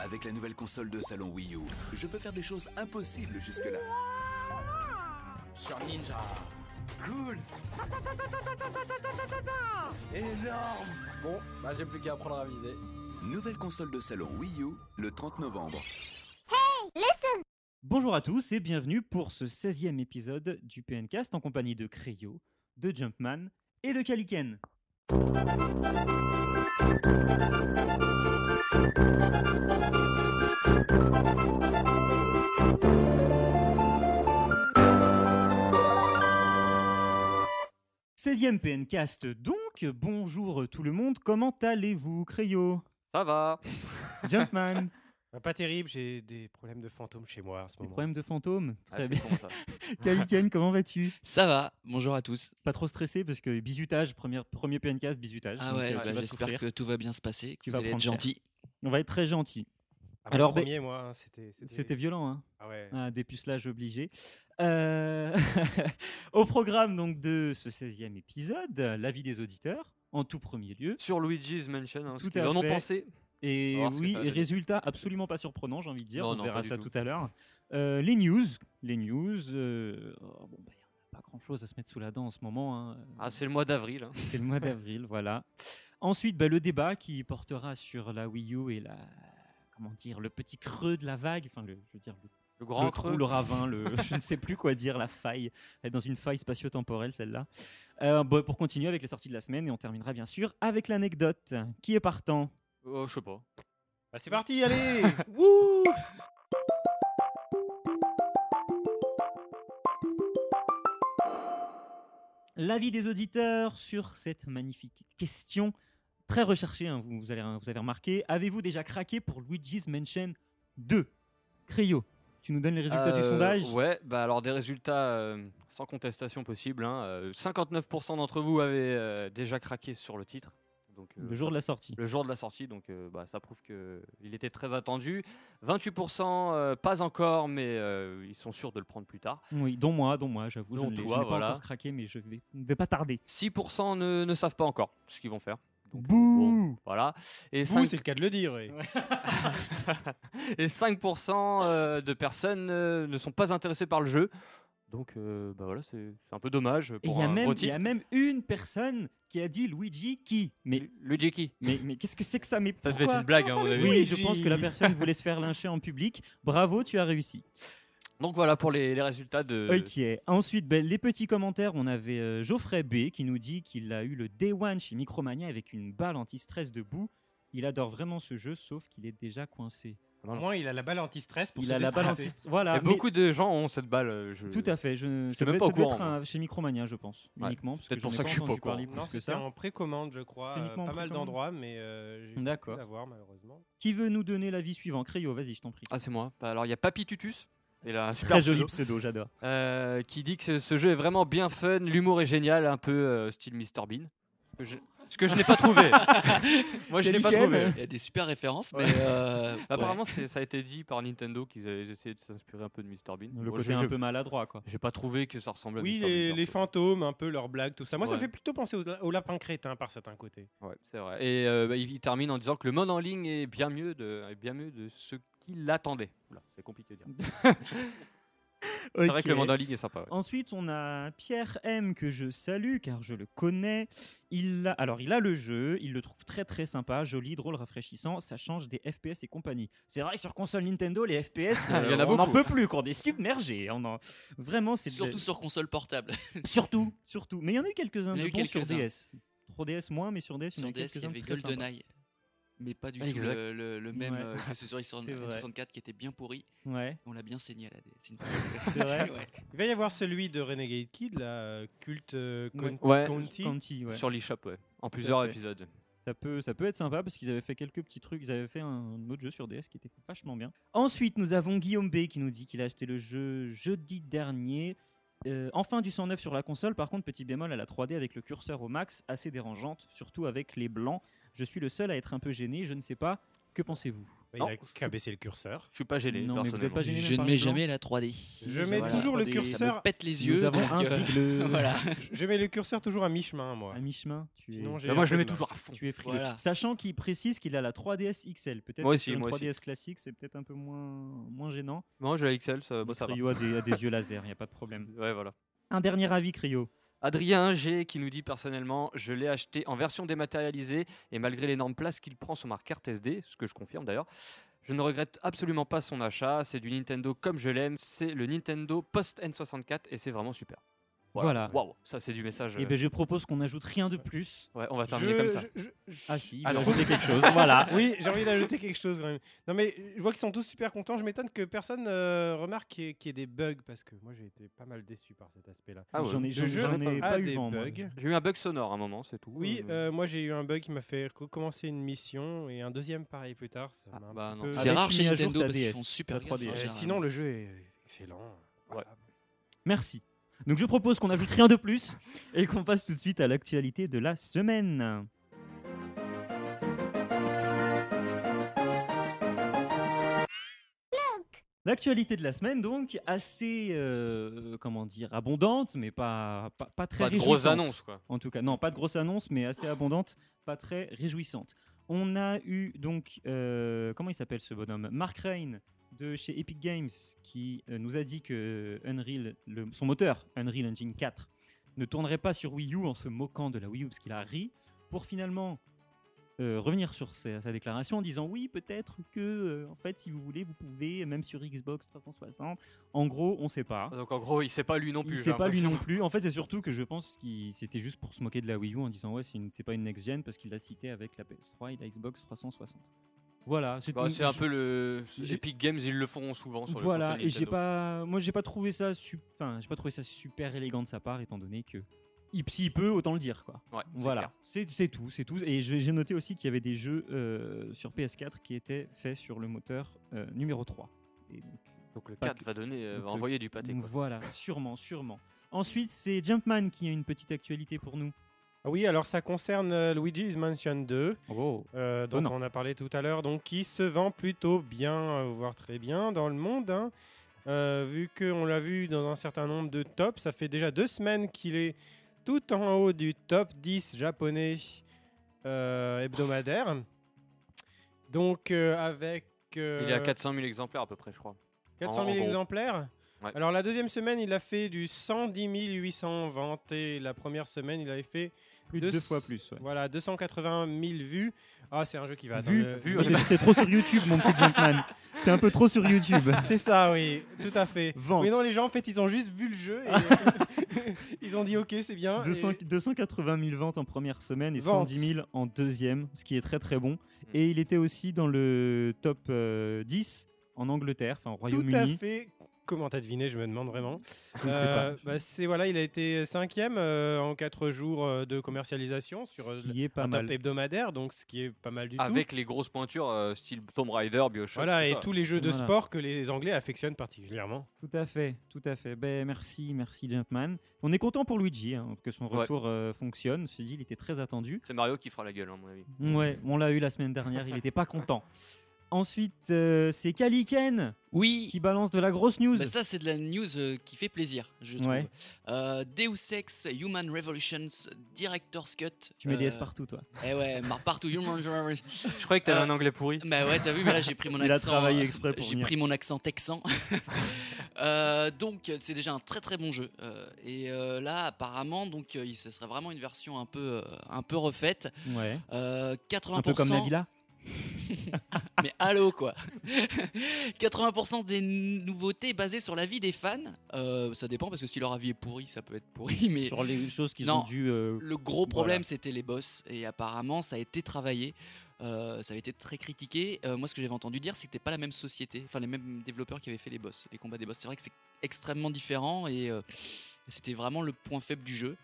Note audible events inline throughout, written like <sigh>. Avec la nouvelle console de salon Wii U, je peux faire des choses impossibles jusque-là. Sur Ninja Cool Énorme Bon, bah j'ai plus qu'à apprendre à viser. Nouvelle console de salon Wii U le 30 novembre. Bonjour à tous et bienvenue pour ce 16e épisode du PNcast en compagnie de Cryo, de Jumpman et de Caliken. « 16e PNcast donc, bonjour tout le monde, comment allez-vous Cryo Ça va Jumpman Bah, Pas terrible, j'ai des problèmes de fantômes chez moi en ce Les moment. problèmes de fantômes Très Ah, c'est bien. con, ça. Caliken, comment vas-tu Ça va, bonjour à tous. Pas trop stressé parce que bisutage, premier, premier PNcast, bisutage. Ah donc, ouais, euh, bah, tu vas j'espère souffrir. que tout va bien se passer, que Tu vous vas allez être prendre cher. <laughs> gentil. On va être très gentil. Alors, Alors, mais- premier, moi, hein, c'était. C'était violent, hein Ah ouais. Ah, dépucelage obligé. Euh, <laughs> Au programme donc de ce 16e épisode, l'avis des auditeurs, en tout premier lieu. <laughs> Sur Luigi's Mansion, hein, Tout ce qu'ils à en ont fait. pensé. Et On va voir ce que oui, ça va donner. résultat absolument pas surprenant, j'ai envie de dire. Non, On non, verra pas du ça tout, tout. à l'heure. Euh, les news, les news. euh, oh, bon, bah, y en a pas grand-chose à se mettre sous la dent en ce moment. hein. Ah, c'est le mois d'avril. hein. C'est le mois d'avril, voilà. Ensuite, bah, le débat qui portera sur la Wii U et la comment dire le petit creux de la vague, enfin le, je veux dire le Le grand le creux. trou, le ravin, le, <laughs> je ne sais plus quoi dire, la faille. Elle est dans une faille spatio-temporelle, celle-là. Euh, bah, pour continuer avec les sorties de la semaine, et on terminera bien sûr avec l'anecdote. Qui est partant Oh, je sais pas. Bah, c'est parti, <laughs> allez Wouh L'avis des auditeurs sur cette magnifique question, très recherchée, hein, vous, vous allez- vous avez remarqué. Avez-vous déjà craqué pour Luigi's Mansion 2 Cryo, tu nous donnes les résultats du Euh, sondage Ouais, bah alors des résultats euh, sans contestation possible. hein. Euh, 59% d'entre vous avaient euh, déjà craqué sur le titre. Donc, euh, le jour de la sortie. le jour de la sortie, donc euh, bah, ça prouve qu'il était très attendu. 28% euh, pas encore, mais euh, ils sont sûrs de le prendre plus tard. Oui, dont moi, dont moi, j'avoue, je Dont ne l'ai- je n'ai toi, pas voilà. encore craqué, mais je vais, ne vais pas tarder. 6% ne, ne savent pas encore ce qu'ils vont faire. Donc, euh, bon, Bouh voilà. Et Vous, 5%, c'est le cas de le dire. oui. et 5% euh, de personnes euh, ne sont pas intéressées par le jeu. Donc euh, bah voilà, c'est c'est un peu dommage Et il pour y, a un même- gros il y titre. a même une personne qui a dit Luigi qui Mais, Lu- Luigi qui mais, mais qu'est-ce que c'est que ça Mais Ça devait pourquoi être une blague, hein, à mon avis. Oui, je Luigi. pense que la personne voulait se faire lyncher en public. Bravo, tu as réussi. Donc voilà pour les, les résultats de. Ok. Ensuite, ben, les petits commentaires. On avait euh, Geoffrey B qui nous dit qu'il a eu le Day One chez Micromania avec une balle anti-stress debout. Il adore vraiment ce jeu, sauf qu'il est déjà coincé. Au moins, il a la balle anti-stress pour Il se a la balle déstresser. anti-stress. Voilà. Et beaucoup de gens ont cette balle. euh, Je... mais- Tout à fait. Je, ça J'étais même devait- pas au ça devait courant, être un- chez Micromania, je pense, Ouais. uniquement parce que Peut-être pour j'en ai ça pas que je suis pas entendu au courant. parler plus Non, que c'était ça. en précommande, je crois, C'était euh, uniquement en pas mal précommande. d'endroits, mais euh, j'ai pas pu D'accord. l'avoir malheureusement. Qui veut nous donner l'avis suivant Cryo, vas-y, je t'en prie. Ah, c'est moi. Bah, alors il y a Papy Tutus. Il a un super Très joli pseudo, pseudo, j'adore. euh, qui dit que ce, ce jeu est vraiment bien fun, l'humour est génial, un peu euh, style Mr Bean. Ce que je, ce que je n'ai pas <laughs> trouvé. Moi je T'as n'ai dit pas quel trouvé. Il y a des super références, mais Ouais. <laughs> euh, Apparemment ouais. c'est- ça a été dit par Nintendo qu'ils avaient essayé de s'inspirer un peu de Mr Bean. Le Moi, côté je- un je- peu maladroit, quoi. J'ai pas trouvé que ça ressemblait Oui, à Mr. Bean, les, alors les que- fantômes, un peu leurs blagues, tout ça. Moi, ça Ouais. me fait plutôt penser aux, aux lapins crétins par certains côtés. Ouais, c'est vrai. Et euh, bah, il, il termine en disant que le mode en ligne est bien mieux de, est bien mieux de ce qu'il attendait. Oula, c'est compliqué à dire. C'est vrai que le mode en ligne est sympa. ouais. Ensuite, on a Pierre M que je salue car je le connais. Il a... Alors, il a le jeu, il le trouve très très sympa, joli, drôle, rafraîchissant. Ça change des FPS et compagnie. C'est vrai que sur console Nintendo, les FPS, <laughs> Il y en a euh, on n'en beaucoup. peut plus, qu'on est submergé. On en... Vraiment, c'est de- Surtout sur console portable. surtout, surtout. Mais il y en a eu quelques-uns Il y en a de eu bons sur quelques-uns. DS. 3DS moins, mais sur DS, il y sur en a eu DS, il y quelques-uns avait très sympas. GoldenEye. Mais pas du Ah, tout exact. le, le- le même Ouais. euh, que ce soit sur <laughs> C'est vrai. 64 qui était bien pourri. Ouais. On l'a bien saigné à la DS. C'est <laughs> vrai Ouais. Il va y avoir celui de Renegade Kid, la euh, culte euh, Con- Ouais. County. County, ouais. Sur l'eShop, ouais. En plusieurs fait. épisodes. Ça peut, ça peut être sympa parce qu'ils avaient fait quelques petits trucs. Ils avaient fait un autre jeu sur DS qui était vachement bien. Ensuite, nous avons Guillaume B qui nous dit qu'il a acheté le jeu jeudi dernier. Euh, enfin du 109 sur la console, par contre petit bémol à la 3D avec le curseur au max, assez dérangeante, surtout avec les blancs. Je suis le seul à être un peu gêné, je ne sais pas. Que pensez-vous Bah, Non. Il a qu'à baisser le curseur. Je suis pas gêné. Non, mais vous êtes pas personnellement. gêné. Je ne mets jamais la 3D. Je mets Voilà, toujours le attendez, ça me Ça me curseur. pète les yeux. Nous avons donc, un euh, bigle <laughs> voilà. <laughs> Je je mets le curseur toujours à mi-chemin, moi. à mi-chemin. Tu, es- Sinon, j'ai Bah, moi, un je peu le mets de mal. toujours à fond. tu es frileux. Voilà. Sachant qu'il précise qu'il a la 3DS XL. Peut-être Moi que aussi, sur une moi aussi. 3DS classique, c'est peut-être un peu moins, moins gênant. Moi, j'ai la XL, Mais ça, bon, Ah bah, ça va. Cryo a des, a des yeux laser, il n'y a pas de problème. Ouais, voilà. Un dernier avis, Cryo. Adrien G qui nous dit personnellement, je l'ai acheté en version dématérialisée et malgré l'énorme place qu'il prend sur ma carte SD, ce que je confirme d'ailleurs, je ne regrette absolument pas son achat. C'est du Nintendo comme je l'aime. C'est le Nintendo post N64 et c'est vraiment super. Voilà. Waouh, ça c'est du message. Et euh, ben, je propose qu'on n'ajoute rien de plus. Ouais, on va terminer Je- comme ça. je- je- je- Ah si, je j'ai trouve- ajouté <laughs> quelque chose. Voilà. Oui, j'ai envie d'ajouter quelque chose quand même. Non, mais je vois qu'ils sont tous super contents. Je m'étonne que personne euh, remarque qu'il y, ait- qu'il y ait des bugs parce que moi j'ai été pas mal déçu par cet aspect-là. Ah ouais. J'en ai, Je j'en- jure, j'en a ai pas eu des vent. moi. Mmh, bugs. J'ai eu un bug sonore à un moment, c'est tout. Oui, Euh, euh, moi j'ai eu un bug qui m'a fait recommencer une mission et un deuxième pareil plus tard. Ça Ah, m'a un bah petit non. peu- C'est Avec rare une chez mise à jour Nintendo de la parce qu'ils DS, font super la 3DS. Euh, gaffe, sinon, le jeu est excellent. Voilà. Merci. Donc je propose qu'on n'ajoute rien de plus et qu'on passe tout de suite à l'actualité de la semaine. L'actualité de la semaine, donc, assez, euh, comment dire, abondante, mais pas, pas, pas très pas de grosses réjouissante. annonces quoi. En tout cas, non, pas de grosse annonce, mais assez abondante, pas très réjouissante. On a eu donc, euh, comment il s'appelle ce bonhomme Mark Rain de chez Epic Games qui euh, nous a dit que euh, Unreal, le- son moteur Unreal Engine 4, ne tournerait pas sur Wii U en se moquant de la Wii U parce qu'il a ri, pour finalement euh, revenir sur sa, sa déclaration en disant oui, peut-être que, euh, en fait, si vous voulez, vous pouvez, même sur Xbox 360. En gros, on ne sait pas. Ah, Donc en gros, il sait pas lui non plus. Il j'ai sait pas lui l'impression. non plus. En fait, c'est surtout que je pense qu'il c'était juste pour se moquer de la Wii U en disant ouais, c'est une- c'est pas une next gen parce qu'il l'a cité avec la PS3 et la Xbox 360. Voilà, c'est Bah, c'est un je- peu le j'ai- Epic Games, ils le font souvent sur le Voilà, console et j'ai Nintendo. pas moi j'ai pas trouvé ça su- enfin, j'ai pas trouvé ça super élégant de sa part étant donné que il s'il peut autant le dire quoi. Ouais, c'est Voilà, clair. c'est c'est tout, c'est tout. Et j'ai j'ai noté aussi qu'il y avait des jeux euh, sur PS4 qui étaient faits sur le moteur euh, numéro 3. Et donc, Donc le Pas 4 va donner euh, donc va le- envoyer du pâté donc quoi. voilà, sûrement, sûrement. Ensuite, c'est Jumpman qui a une petite actualité pour nous. Ah Oui, alors ça concerne euh, Luigi's Mansion 2. euh, dont Oh non. on a parlé tout à l'heure, donc qui se vend plutôt bien, euh, voire très bien dans le monde. hein. Euh, vu qu'on l'a vu dans un certain nombre de tops, ça fait déjà deux semaines qu'il est tout en haut du top 10 japonais euh, hebdomadaire. Donc euh, avec... euh, Il est à 400 000 exemplaires à peu près, je crois. 400 000 en gros. exemplaires Ouais. Alors la deuxième semaine, il a fait du 110 800 ventes et la première semaine, il avait fait Plus de Deux- deux fois plus. Ouais. voilà 280 000 vues. Ah, c'est un jeu qui va dans Vu- le- vu- Mais T'es t'es trop sur YouTube, mon petit Jumpman. T'es un peu trop sur <laughs> YouTube. C'est ça, oui, tout à fait. Vente. Mais non, les gens, en fait, ils ont juste vu le jeu et <laughs> ils ont dit ok, c'est bien. 200 et- 280 000 ventes en première semaine et Ventes. 110 000 en deuxième, ce qui est très très bon. Mm. Et il était aussi dans le top euh, 10 en Angleterre, enfin au Tout à Royaume-Uni. fait. Comment t'as deviné Je me demande vraiment. Je ne sais pas. Euh, bah, c'est voilà, il a été cinquième euh, en quatre jours euh, de commercialisation sur euh, Ce qui est un pas top mal. hebdomadaire, donc ce qui est pas mal du tout. Avec les grosses pointures euh, style Tomb Raider, Bioshock. Voilà, tout et ça. tous les jeux de Voilà. sport que les Anglais affectionnent particulièrement. Tout à fait, tout à fait. Ben, merci, merci Jumpman. On est content pour Luigi hein, que son Ouais. retour euh, fonctionne. Ceci dit, il était très attendu. C'est Mario qui fera la gueule, hein, à mon avis. Ouais, on l'a eu la semaine dernière, il n'était pas content. Ensuite, euh, c'est Kaliken Oui. qui balance de la grosse news. Bah ça, c'est de la news euh, qui fait plaisir, je trouve. Ouais. Euh, Deus Ex Human Revolutions Director's Cut. tu mets des Euh, S partout, toi. Eh ouais, mar- partout. Human Revolutions. Je croyais que t'avais Euh, un anglais pourri. Bah ouais, t'as vu, mais là, j'ai pris mon Il a accent. travaillé euh, exprès pour J'ai venir. pris mon accent texan. <laughs> Euh, donc, c'est déjà un très très bon jeu. Euh, et euh, là, apparemment, donc, euh, il- ce serait vraiment une version un peu, euh, un peu refaite. Ouais. Euh, 80%. Un peu comme la villa. Mais allô quoi <laughs> 80% des n- nouveautés basées sur l'avis des fans. Euh, ça dépend parce que si leur avis est pourri, ça peut être pourri. <laughs> Mais sur les choses qu'ils Non. ont dû. euh, le gros problème Voilà. c'était les boss et apparemment ça a été travaillé. Euh, ça avait été très critiqué. Euh, moi ce que j'avais entendu dire c'était pas la même société, enfin les mêmes développeurs qui avaient fait les boss, les combats des boss. C'est vrai que c'est extrêmement différent et euh, c'était vraiment le point faible du jeu.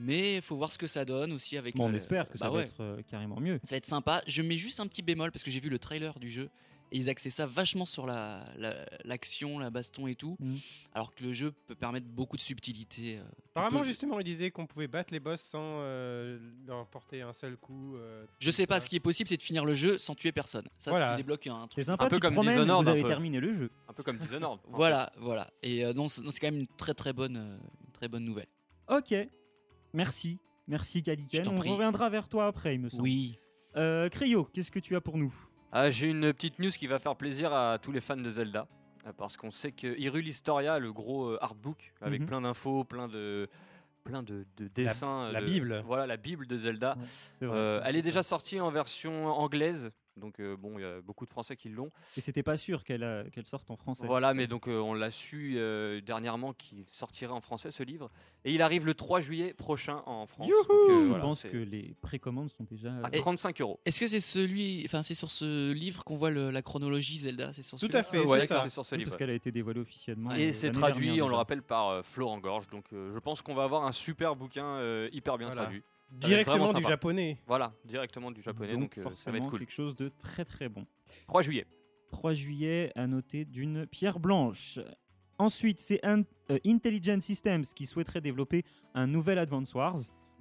Mais faut voir ce que ça donne aussi avec. bon, on euh, espère que ça bah va ouais. être euh, carrément mieux. Ça va être sympa. Je mets juste un petit bémol parce que j'ai vu le trailer du jeu Et ils axaient ça vachement sur la, la- l'action, la baston et tout. Mhm. Alors que le jeu peut permettre beaucoup de subtilité. euh, tu Apparemment, peux- justement, il disait qu'on pouvait battre les boss sans euh, leur porter un seul coup. euh, Je sais tout pas, ça. ce qui est possible, c'est de finir le jeu sans tuer personne. Ça, Voilà. tu débloques un truc. C'est sympa, Un peu tu te comme promènes, Dishonored, vous un avez peu. terminé le jeu. Un peu comme Dishonored. en fait. Voilà, voilà. Et euh, non, c'est non, c'est quand même une très très bonne, euh, une très bonne nouvelle. Ok, merci. Merci Je Kaliken, t'en on prie. reviendra vers toi après, il me semble. Oui. Euh, Cryo, qu'est-ce que tu as pour nous Ah, J'ai une petite news qui va faire plaisir à tous les fans de Zelda. euh, Parce qu'on sait que Hyrule Historia, le gros euh, artbook, avec Mhm. plein d'infos, plein de plein de, de dessins. euh, la de- Bible. Voilà, la Bible de Zelda. C'est vrai, Euh, c'est- elle est déjà sortie en version anglaise. Donc, euh, bon, il y a beaucoup de Français qui l'ont. Et c'était pas sûr qu'elle euh, qu'elle sorte en français. Voilà, mais donc euh, on l'a su euh, dernièrement qu'il sortirait en français ce livre. Et il arrive le 3 juillet prochain en France. Youhou Donc, euh, Je voilà, pense c'est que les précommandes sont déjà. Ah, À euh, 35 euros. Est-ce que c'est celui, enfin c'est sur ce livre qu'on voit le- la chronologie Zelda, c'est sur Tout celui-là à fait, Ah Ouais, c'est ça. c'est sur ce oui, livre. parce qu'elle a été dévoilée officiellement. Et euh, c'est l'année traduit, dernière, on le déjà. rappelle, par euh, Florent Gorge. Donc euh, je pense qu'on va avoir un super bouquin euh, hyper bien Voilà. traduit. Directement du sympa. japonais. Voilà, directement du japonais. Donc, Donc, euh, ça va forcément être cool. quelque chose de très très bon. 3 juillet. 3 juillet, à noter d'une pierre blanche. Ensuite, c'est un- euh, Intelligent Systems qui souhaiterait développer un nouvel Advance Wars,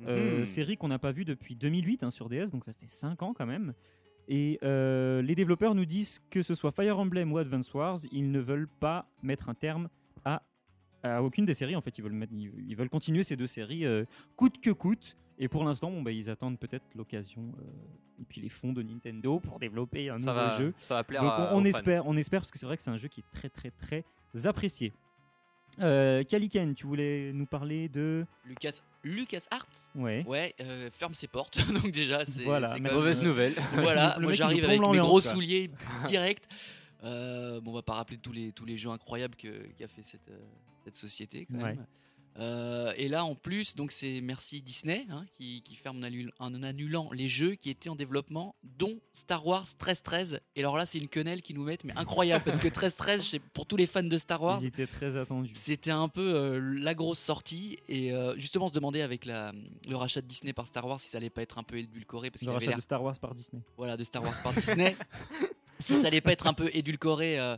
euh, Mhm. série qu'on n'a pas vue depuis 2008 hein, sur DS, donc ça fait 5 ans quand même. Et euh, les développeurs nous disent que ce soit Fire Emblem ou Advance Wars, ils ne veulent pas mettre un terme à, à aucune des séries. En fait, ils veulent, mettre- ils ils veulent continuer ces deux séries euh, coûte que coûte. Et pour l'instant, bon, bah, ils attendent peut-être l'occasion euh, et puis les fonds de Nintendo pour développer un ça, nouveau va, jeu. ça va plaire Donc à- on, on aux fans. espère, on espère parce que c'est vrai que c'est un jeu qui est très très très apprécié. Euh, Kaliken, tu voulais nous parler de Lucas, Lucas Hart, ouais. ouais, euh, ferme ses portes. <laughs> Donc déjà c'est Voilà, c'est quand mais même, Mauvaise euh, nouvelle. Le- Voilà, moi le mec, il nous j'arrive plombe avec mes l'ambiance, gros quoi. <laughs> souliers direct. Euh, bon, on va pas rappeler tous les tous les jeux incroyables que qu'a fait cette euh, cette société quand même. Ouais. Euh, et là en plus, donc c'est merci Disney hein, qui, qui ferme en, annul- en annulant les jeux qui étaient en développement, dont Star Wars 13-13. Et alors là, c'est une quenelle qu'ils nous mettent, mais incroyable parce que <laughs> 13-13, je sais- pour tous les fans de Star Wars, Il était très attendu. c'était un peu euh, la grosse sortie et euh, justement on se demandait avec la, le rachat de Disney par Star Wars si ça allait pas être un peu édulcoré parce qu'il Le avait rachat l'air de Star Wars par Disney. voilà de Star Wars par Disney si ça allait pas être un peu édulcoré euh,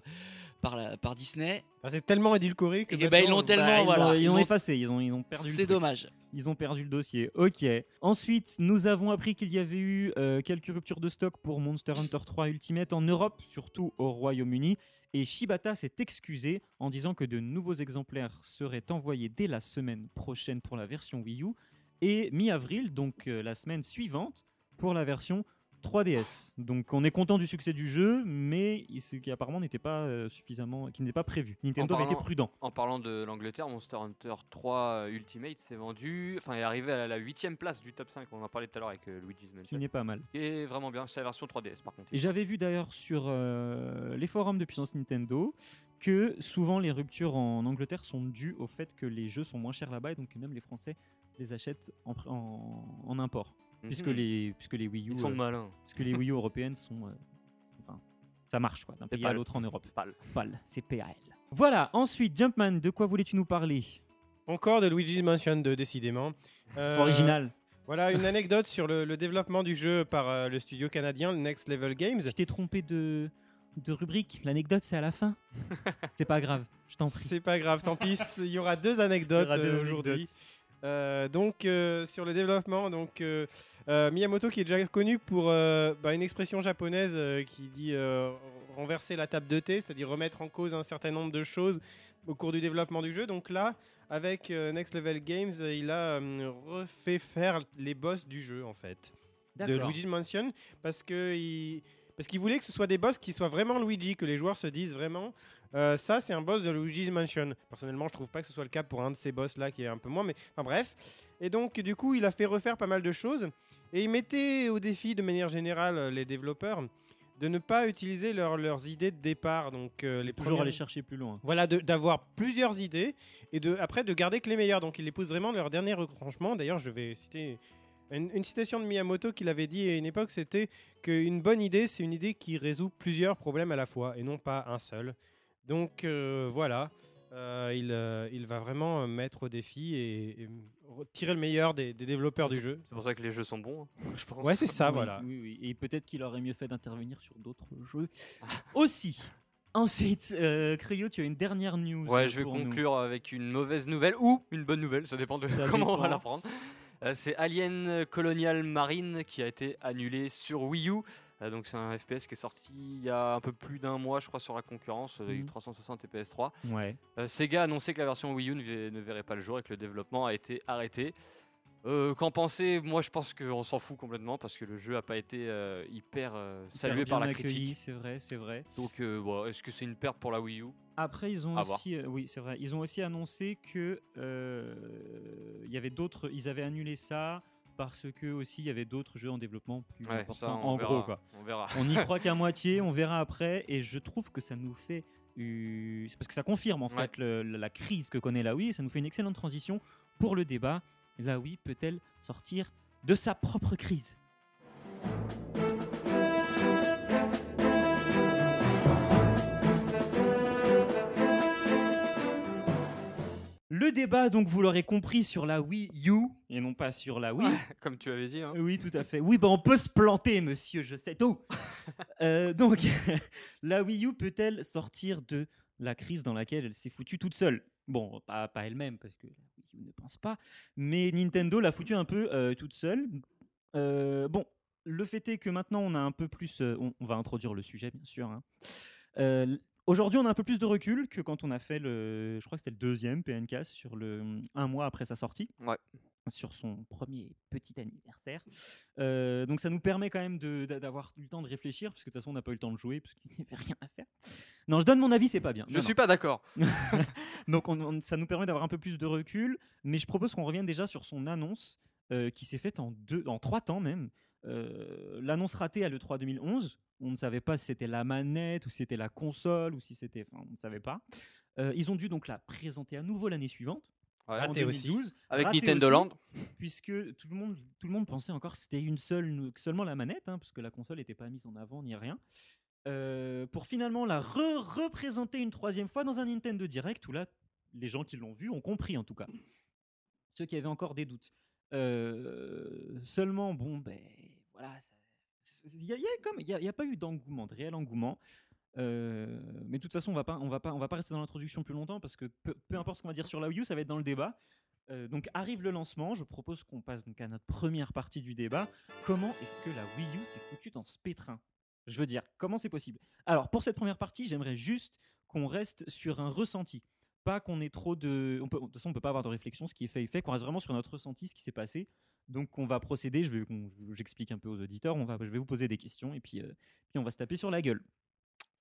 par la, par Disney Enfin, c'est tellement édulcoré que. Eh ben, ils l'ont maintenant, bah, tellement- ils l'ont- voilà, ils ils l'ont l'ont- effacé, ils ont, ils ont perdu. le c'est truc. dommage Ils ont perdu le dossier. Ok. Ensuite, nous avons appris qu'il y avait eu euh, quelques ruptures de stock pour Monster Hunter 3 Ultimate en Europe, surtout au Royaume-Uni. Et Shibata s'est excusé en disant que de nouveaux exemplaires seraient envoyés dès la semaine prochaine pour la version Wii U et mi-avril, donc euh, la semaine suivante, pour la version 3DS. Donc on est content du succès du jeu, mais ce qui apparemment n'était pas euh, suffisamment, qui n'était pas prévu. Nintendo avait été parlant- prudent. En parlant de l'Angleterre, Monster Hunter 3 Ultimate s'est vendu, enfin est arrivé à la huitième place du top 5, on en parlait tout à l'heure avec euh, Luigi's Ce qui Mansion. n'est pas mal. Qui est vraiment bien, c'est la version 3DS par contre. Et j'avais vu d'ailleurs sur euh, les forums de puissance Nintendo que souvent les ruptures en Angleterre sont dues au fait que les jeux sont moins chers là-bas et donc que même les Français les achètent en, pr- en- en import. Mhm. Puisque, les, puisque, les Wii U, Ils sont euh, malins. puisque les Wii U européennes sont. euh, enfin, ça marche quoi, d'un pays à pâle. l'autre en <laughs> Europe. Pâle. PAL, c'est PAL. Voilà, ensuite Jumpman, de quoi voulais-tu nous parler Encore de Luigi's Mansion 2, décidément. Euh, Original. Voilà une anecdote sur le, le développement du jeu par euh, le studio canadien, le Next Level Games. Je t'ai trompé de, de rubrique, l'anecdote c'est à la fin. c'est pas grave, je t'en prie. C'est pas grave, tant <laughs> pis. Il y aura deux Il y anecdotes aura deux euh, aujourd'hui. anecdotes. Euh, donc euh, sur le développement, donc euh, euh, Miyamoto qui est déjà connu pour euh, bah, une expression japonaise euh, qui dit euh, renverser la table de thé, c'est-à-dire remettre en cause un certain nombre de choses au cours du développement du jeu. Donc là, avec euh, Next Level Games, euh, il a euh, refait faire les boss du jeu en fait de D'accord. Luigi Mansion parce que il parce qu'il voulait que ce soit des boss qui soient vraiment Luigi, que les joueurs se disent vraiment euh, ça c'est un boss de Luigi's Mansion. Personnellement, je trouve pas que ce soit le cas pour un de ces boss là qui est un peu moins, mais enfin bref. Et donc du coup, il a fait refaire pas mal de choses et il mettait au défi de manière générale euh, les développeurs de ne pas utiliser leur- leurs idées de départ, donc euh, les Toujours premières- aller chercher plus loin. voilà, de- d'avoir plusieurs idées et de, après de garder que les meilleures. Donc il les pousse vraiment dans leur dernier retranchement. D'ailleurs, je vais citer une, une citation de Miyamoto qu'il avait dit à une époque c'était qu'une bonne idée, c'est une idée qui résout plusieurs problèmes à la fois et non pas un seul. Donc euh, voilà. Euh, il, euh, il va vraiment euh, mettre au défi et, et tirer le meilleur des, des développeurs du jeu. C'est pour ça que les jeux sont bons, hein, <laughs> je pense. Ouais, c'est ça, Oui, voilà. Oui, oui. Et peut-être qu'il aurait mieux fait d'intervenir sur d'autres jeux Ah. aussi. Ensuite, euh, Cryo, tu as une dernière news. Ouais, je vais pour nous. conclure avec une mauvaise nouvelle ou une bonne nouvelle, ça dépend de Ça <laughs> comment on va dépend. la prendre. Euh, c'est Alien Colonial Marine qui a été annulé sur Wii U. Euh, donc c'est un FPS qui est sorti il y a un peu plus d'un mois, je crois, sur la concurrence, euh, Mhm. 360 et PS3. Ouais. Euh, Sega a annoncé que la version Wii U ne, ver- ne verrait pas le jour et que le développement a été arrêté. Euh, Qu'en pensez Moi, je pense qu'on s'en fout complètement parce que le jeu n'a pas été euh, hyper euh, salué Hyper par bien la accueilli, critique. C'est vrai, c'est vrai. Donc, euh, ouais, est-ce que c'est une perte pour la Wii U Après, ils ont À voir. aussi, euh, oui, c'est vrai, ils ont aussi annoncé que euh, il y avait d'autres, ils avaient annulé ça parce que aussi il y avait d'autres jeux en développement plus Ouais, importants. ça, on en verra, gros, quoi. On verra. <laughs> On n'y croit qu'à moitié, on verra après, et je trouve que ça nous fait eu- c'est parce que ça confirme en Ouais. fait le- le- la crise que connaît la Wii, ça nous fait une excellente transition pour le débat. La Wii peut-elle sortir de sa propre crise Le débat, donc, vous l'aurez compris, sur la Wii U et non pas sur la Wii. Comme tu avais dit. hein. Oui, tout à fait. Oui, bah on peut se planter, monsieur, je sais tout. Euh, donc, <laughs> la Wii U peut-elle sortir de la crise dans laquelle elle s'est foutue toute seule Bon, pas, pas elle-même, parce que la Wii U ne pense pas, mais Nintendo l'a foutue un peu euh, toute seule. Euh, bon, le fait est que maintenant, on a un peu plus... euh, on, on va introduire le sujet, bien sûr. hein. Euh, l- Aujourd'hui, on a un peu plus de recul que quand on a fait le... Je crois que c'était le deuxième PNK, sur le, un mois après sa sortie sur son premier petit anniversaire. Euh, donc ça nous permet quand même de- d'a- d'avoir eu le temps de réfléchir, parce que de toute façon on n'a pas eu le temps de jouer, parce qu'il n'y avait rien à faire. Non, je donne mon avis, c'est pas bien. Je Non, suis pas d'accord. non. Donc on- on- ça nous permet d'avoir un peu plus de recul, mais je propose qu'on revienne déjà sur son annonce, euh, qui s'est faite en, deux, en trois temps même. Euh, L'annonce ratée à l'E3 2011, on ne savait pas si c'était la manette, ou si c'était la console, ou si c'était... Enfin, on ne savait pas. Euh, ils ont dû donc la présenter à nouveau l'année suivante, Ouais. en Raté aussi. 2012 Avec raté Nintendo aussi. Land. puisque tout le monde, tout le monde pensait encore que c'était une seule, que seulement la manette, hein, parce que la console n'était pas mise en avant ni rien, euh, pour finalement la re- représenter une troisième fois dans un Nintendo Direct où là, les gens qui l'ont vu ont compris en tout cas. Ceux qui avaient encore des doutes. Euh, seulement, bon, ben voilà, il n'y a, y a comme- y a- y a pas eu d'engouement, de réel engouement. Euh, mais de toute façon, on va pas, on va pas, on va pas rester dans l'introduction plus longtemps parce que peu, peu importe ce qu'on va dire sur la Wii U, ça va être dans le débat. Euh, donc arrive le lancement. Je propose qu'on passe donc à notre première partie du débat. Comment est-ce que la Wii U s'est foutue dans ce pétrin Je veux dire, comment c'est possible Alors pour cette première partie, j'aimerais juste qu'on reste sur un ressenti, pas qu'on ait trop de. On peut, de toute façon, on peut pas avoir de réflexion. Ce qui est fait est fait. Qu'on reste vraiment sur notre ressenti, ce qui s'est passé. Donc on va procéder. Je vais, qu'on- j'explique un peu aux auditeurs. On va, je vais vous poser des questions et puis, euh, puis on va se taper sur la gueule.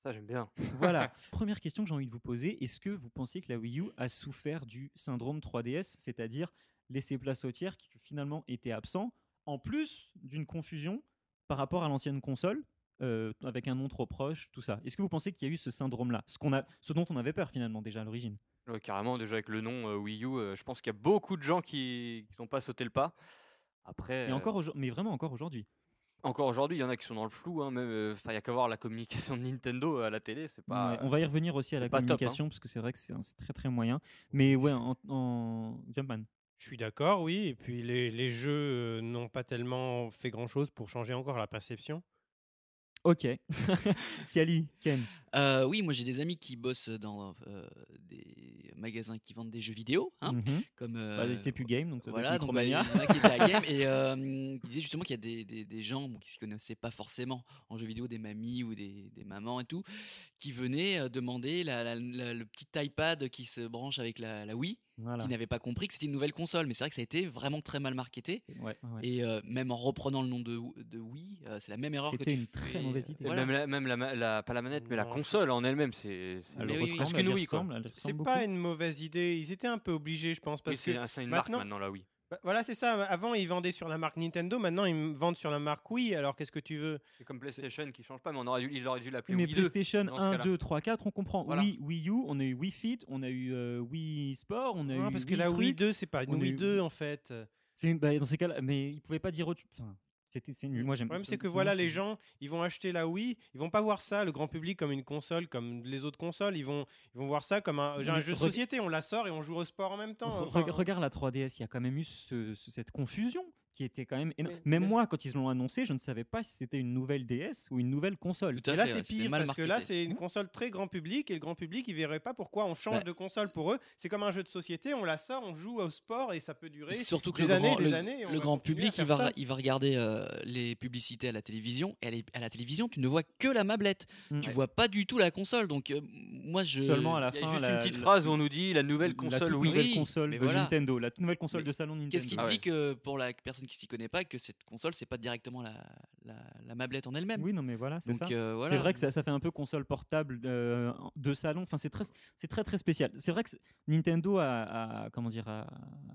Ça, j'aime bien. Voilà. <laughs> Première question que j'ai envie de vous poser est-ce que vous pensez que la Wii U a souffert du syndrome 3DS, c'est-à-dire laisser place au tiers qui finalement était absent, en plus d'une confusion par rapport à l'ancienne console euh, avec un nom trop proche, tout ça. Est-ce que vous pensez qu'il y a eu ce syndrome-là, ce, qu'on a- ce dont on avait peur finalement déjà à l'origine Ouais, carrément, déjà avec le nom euh, Wii U, euh, je pense qu'il y a beaucoup de gens qui qui n'ont pas sauté le pas. Après, Et euh, encore aujourd- Mais vraiment encore aujourd'hui. encore aujourd'hui, il y en a qui sont dans le flou. hein, même, euh, 'fin, il n'y a qu'à voir la communication de Nintendo euh, à la télé. C'est pas. Ouais, on va y revenir aussi à bah, la c'est pas top, hein. communication, parce que c'est vrai que c'est c'est très très moyen. Mais ouais, en, en- Jumpman. Je suis d'accord, oui. Et puis les, les jeux euh, n'ont pas tellement fait grand-chose pour changer encore la perception. Ok. <laughs> Kali, Ken. Euh, oui, moi j'ai des amis qui bossent dans euh, des magasins qui vendent des jeux vidéo, hein, Mhm. comme Bah, euh, c'est plus game, donc ça doit être Voilà, donc bah, il y en Micromania. a qui étaient <laughs> à Game et euh, il disait justement qu'il y a des, des- des gens bon, qui se connaissaient pas forcément en jeux vidéo, des mamies ou des, des mamans et tout, qui venaient euh, demander la- la- la- le petit iPad qui se branche avec la, la Wii, Voilà. qui n'avaient pas compris que c'était une nouvelle console. Mais c'est vrai que ça a été vraiment très mal marketé. Ouais, ouais. Et euh, même en reprenant le nom de, de Wii, euh, c'est la même erreur que C'était tu une très fais, mauvaise euh, idée. Et voilà. Même, la, même la ma- la- pas la manette, mais la Non, console en elle-même, c'est. c'est- Elle Mais oui, oui. ressemble, Parce elle qu'une y Wii, quoi. ressemble, elle y C'est ressemble pas beaucoup. une mauvaise idée. Ils étaient un peu obligés, je pense, Oui, parce c'est que un- c'est une maintenant- marque maintenant, la Wii. Bah, voilà, c'est ça. Avant, ils vendaient sur la marque Nintendo. Maintenant, ils me vendent sur la marque Wii. Alors, qu'est-ce que tu veux C'est comme PlayStation qui change pas, mais on aurait dû, il aurait dû l'appeler Mais Wii 2. PlayStation dans ce 1, cas-là. 2, 3, 4, on comprend. Voilà. Oui, Wii U, on a eu Wii Fit, on a eu euh, Wii Sport, on a Ah, eu. Parce que Wii la Wii truc. 2, c'est pas une on a Wii eu- 2, en fait. C'est- bah, dans ces cas-là, mais ils pouvaient pas dire autre. Enfin, C'était, c'est nul. Moi, j'aime Le problème, ce- c'est que moi, voilà, je- les gens, ils vont acheter la Wii, ils vont pas voir ça, le grand public, comme une console, comme les autres consoles. Ils vont, ils vont voir ça comme un, un Mais jeu de reg- société. On la sort et on joue au sport en même temps. Re- Enfin, re- regarde la 3DS, il y a quand même eu ce- ce- cette confusion qui était quand même énorme. Mais- même mais- moi, quand ils l'ont annoncé, je ne savais pas si c'était une nouvelle DS ou une nouvelle console. Tout à et là, fait, ouais, c'est c'était pire mal parce que là, marketé. c'est une console très grand public et le grand public, il verrait pas pourquoi on change Bah. de console pour eux. C'est comme un jeu de société, on la sort, on joue au sport et ça peut durer. Et surtout que des le années, grand, des le- années, et on le va grand continuer à public, il faire va, ça. il va regarder euh, les publicités à la télévision. Et à, la- à la télévision, tu ne vois que la mablette. Mm. Tu vois pas du tout la console. Donc, euh, moi, je. Seulement à la Il y fin. a juste la- une petite la- phrase où on nous dit la nouvelle la console toute Wii. nouvelle Oui, console mais de voilà. Nintendo, la toute nouvelle console Mais de salon Nintendo. Qu'est-ce qui te Ah ouais. dit que pour la personne qui s'y connaît pas, que cette console, c'est pas directement la, la- la mablette en elle-même Oui, non, mais voilà, c'est Donc, ça. euh, voilà. C'est vrai que ça, ça fait un peu console portable euh, de salon. Enfin, c'est très, c'est très très spécial. C'est vrai que c'est- Nintendo a, a- comment dire a,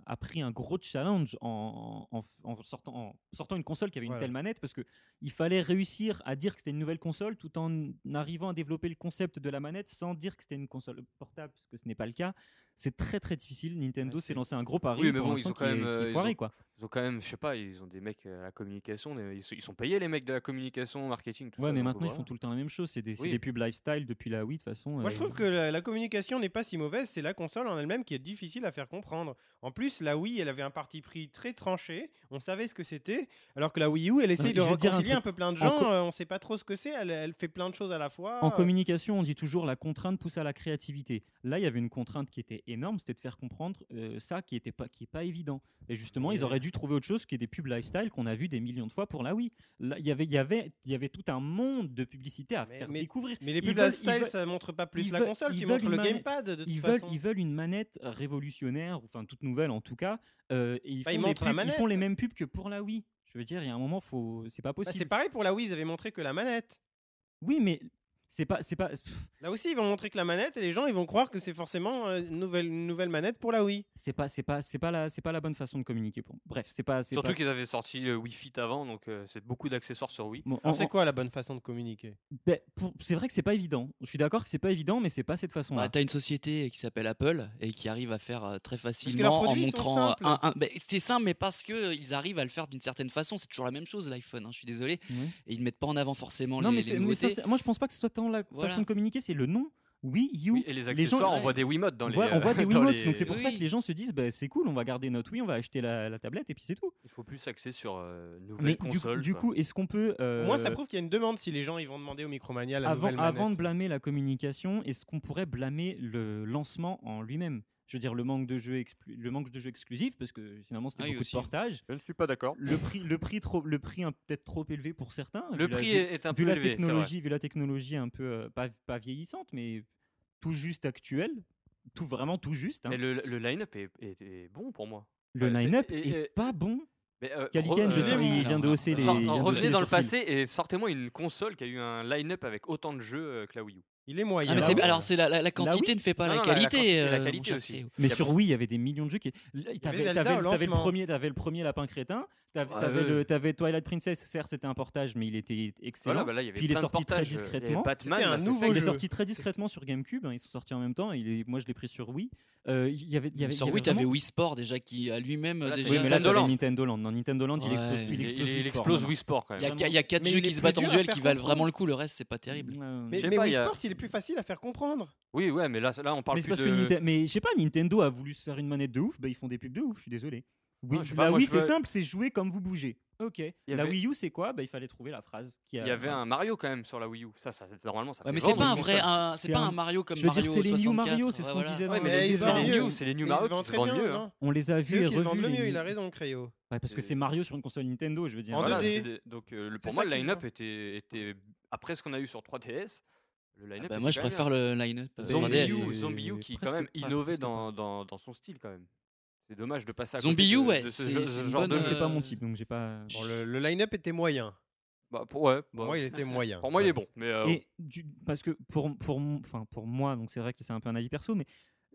a pris un gros challenge en, en- en sortant en sortant une console qui avait une Voilà. telle manette parce que il fallait réussir à dire que c'était une nouvelle console tout en arrivant à développer le concept de la manette sans dire que c'était une console portable parce que ce n'est pas le cas. C'est très très difficile. Nintendo Ouais, s'est c'est- lancé un gros pari Oui, mais pour bon, ils l'instant ont quand qui est- même, qui est euh, ils foiré, ont- quoi. Ils ont quand même, je sais pas, ils ont des mecs euh, à la communication, des- ils sont- ils sont payés les mecs de la communication, marketing, tout Ouais, ça. mais donc maintenant ils voilà. font tout le temps la même chose. C'est des, c'est Oui. des pubs lifestyle depuis la Wii de toute façon. Moi, euh, je trouve que la, la communication n'est pas si mauvaise, c'est la console en elle-même qui est difficile à faire comprendre. En plus, la Wii, elle avait un parti pris très tranché, on savait ce que c'était, alors que la Wii U, elle essaye mais de je vais te dire un réconcilier un, truc. peu plein de En co- gens, euh, on sait pas trop ce que c'est, elle, elle fait plein de choses à la fois. En euh, communication, on dit toujours la contrainte pousse à la créativité. Là, il y avait une contrainte qui était énorme, c'était de faire comprendre euh, ça qui était pas qui est pas évident. Et justement, ils auraient dû trouver autre chose qui est des pubs lifestyle qu'on a vu des millions de fois pour la Wii. Là, il y avait il y avait il y avait tout un monde de publicité à Mais- faire mais- découvrir. Mais les Ils pubs veulent- ils lifestyle, veulent- ça montre pas plus ils la veulent- console, ils qui veulent montre une le manette. gamepad de toute Ils veulent façon. ils veulent une manette révolutionnaire, enfin toute nouvelle en tout cas. euh, et ils, Bah, ils font les montrent la pubs- ils font manette. les mêmes pubs que pour la Wii. Je veux dire, il y a un moment, faut c'est pas Bah, c'est possible. pareil pour la Wii, ils avaient montré que la manette. Oui, mais c'est pas c'est pas pff, Là aussi, ils vont montrer que la manette et les gens, ils vont croire que c'est forcément euh, une, nouvelle, une nouvelle manette pour la Wii. c'est pas c'est pas c'est pas la c'est pas la bonne façon de communiquer. Pour... Bref, c'est pas c'est Surtout pas- qu'ils avaient sorti le Wii Fit avant, donc euh, c'est beaucoup d'accessoires sur Wii. Bon, Alors, en- c'est quoi la bonne façon de communiquer Ben, pour- c'est vrai que c'est pas évident. Je suis d'accord que c'est pas évident, mais c'est pas cette façon-là. Bah, t'as une société qui s'appelle Apple et qui arrive à faire euh, très leurs facilement en produits, ils sont montrant euh, simples. un, un- ben, c'est simple mais parce que euh, ils arrivent à le faire d'une certaine façon c'est toujours la même chose l'iPhone hein, je suis désolé Oui. et ils mettent pas en avant forcément non, les, mais, les c'est- mais ça, nouveautés Ah, c'est- moi je pense pas que ce soit tant la Voilà. façon de communiquer, c'est le nom. Oui, you. Oui, et les accessoires, gens- on voit des Wiimotes dans on, les. voit, on euh, voit des <laughs> dans Wiimotes, les- donc c'est pour ça Oui. que les gens se disent bah, c'est cool, on va garder notre Wii, on va acheter la, la tablette et puis c'est tout. Il faut plus s'axer sur euh, nouvelle Mais du- console. du, quoi. coup, est-ce qu'on peut. euh, Moi, ça prouve qu'il y a une demande si les gens, ils vont demander au Micromania la avant, nouvelle manette. avant de blâmer la communication, est-ce qu'on pourrait blâmer le lancement en lui-même Je veux dire, le manque de jeux, exclu- le manque de jeux exclusifs, parce que finalement c'était Ah oui, beaucoup aussi. de portage. je ne suis pas d'accord. Le prix, le prix, trop, le prix hein, peut-être trop élevé pour certains. Le vu la- prix vu- est, est un peu vu la élevé, c'est vrai. technologie, vu la technologie un peu euh, pas, pas vieillissante, mais tout juste actuelle, tout vraiment tout juste. hein. Mais le, le line-up est, est- est bon pour moi. Le euh, c'est- line-up et- est, et- pas bon. Mais, euh, Calican, re- je euh, sais, il vient de hausser les. sort- il vient de hausser revenez les dans le sourcils. passé et sortez-moi une console qui a eu un line-up avec autant de jeux euh, que la Wii U. Il est moyen. Ah, mais Là, c'est- oui. alors c'est la, la- la quantité ne fait pas Non, la non, la- la quantité, qualité la euh, mon qualité cher aussi. Théo. Mais Il y a sur beaucoup- Wii, il y avait des millions de jeux qui. T'avais t'avais- Zelda au t'avais le lancement. premier, t'avais le premier Lapin Crétin, t'avais Ah, t'avais ouais. le- t'avais Twilight Princess. Certes, c'était un portage, mais il était excellent. Voilà, bah là, il y avait Puis il est plein de sorti très portages, euh, il y avait discrètement. Batman, C'était un Mass Effect, nouveau Il est jeu. sorti très discrètement sur GameCube, hein, ils sont sortis en même temps, il est- moi je l'ai pris sur Wii. Euh, Il y avait, il y avait, sur il y avait Wii t'avais vraiment- Wii Sport déjà qui à lui-même euh, Voilà, déjà Oui, mais là, Nintendo t'avais Land. Nintendo Land. Dans Nintendo Land, il Ouais. explose, il Il, explose, il Wii Sport, hein. explose maintenant. Wii Sport quand il y, même. a, il y a quatre Mais jeux il est qui se plus battent en dur à duel faire qui valent comprendre. vraiment le coup le reste c'est pas terrible Euh, Mais, Je sais mais pas, Wii il y a- Sport, il est plus facile à faire comprendre. Oui, ouais, mais là, là on parle mais c'est plus parce de. que Ninte- mais je sais pas, Nintendo a voulu se faire une manette de ouf, bah, ils font des pubs de ouf, je suis désolé. Oui, je sais pas, la moi, Wii, je c'est vois- simple, c'est jouer comme vous bougez. Ok. La avait- Wii U, c'est quoi bah, Il fallait trouver la phrase. Qui a... Il y avait un Mario quand même sur la Wii U. Ça, ça normalement, ça. Ouais, fait mais c'est vendre pas un une vrai console. un- c'est C'est pas un- un Mario comme Je veux dire, Mario c'est les New 64, Mario, c'est ce qu'on ouais, voilà. disait dans Ouais, le mais ils début. c'est vendent les mieux. New, c'est les New Mais ils Mario se qui vendent se très vendent bien, mieux. hein. non On les a C'est vus eux et qui se vendent revus, le les mieux, il New. a raison, Créo. Ouais, parce que Et- c'est Mario sur une console Nintendo, je veux dire. En Voilà, 2D. c'est des- Donc euh, le- C'est pour moi, ça le qu'ils line-up font. était, était après ce qu'on a eu sur 3DS. Le Ah line-up. bah, était moi je quand même préfère le line-up euh, Zombie 3DS. Zombie U, c'est Zombie U qui quand presque même pas- innovait presque dans, dans, dans son style quand même. C'est dommage de passer à côté Zombie de- U, ouais, de ce c'est- jeu- c'est ce une genre bonne, de Moi, jeu. c'est pas euh, mon type, donc j'ai pas. Bon, le, le line-up était moyen. Bah, pour, ouais, bah, Pour moi, il <laughs> était moyen. pour moi, il est bon. Mais Oh. euh, Et du- parce que pour, pour, mon- enfin, pour moi, donc c'est vrai que c'est un peu un avis perso, mais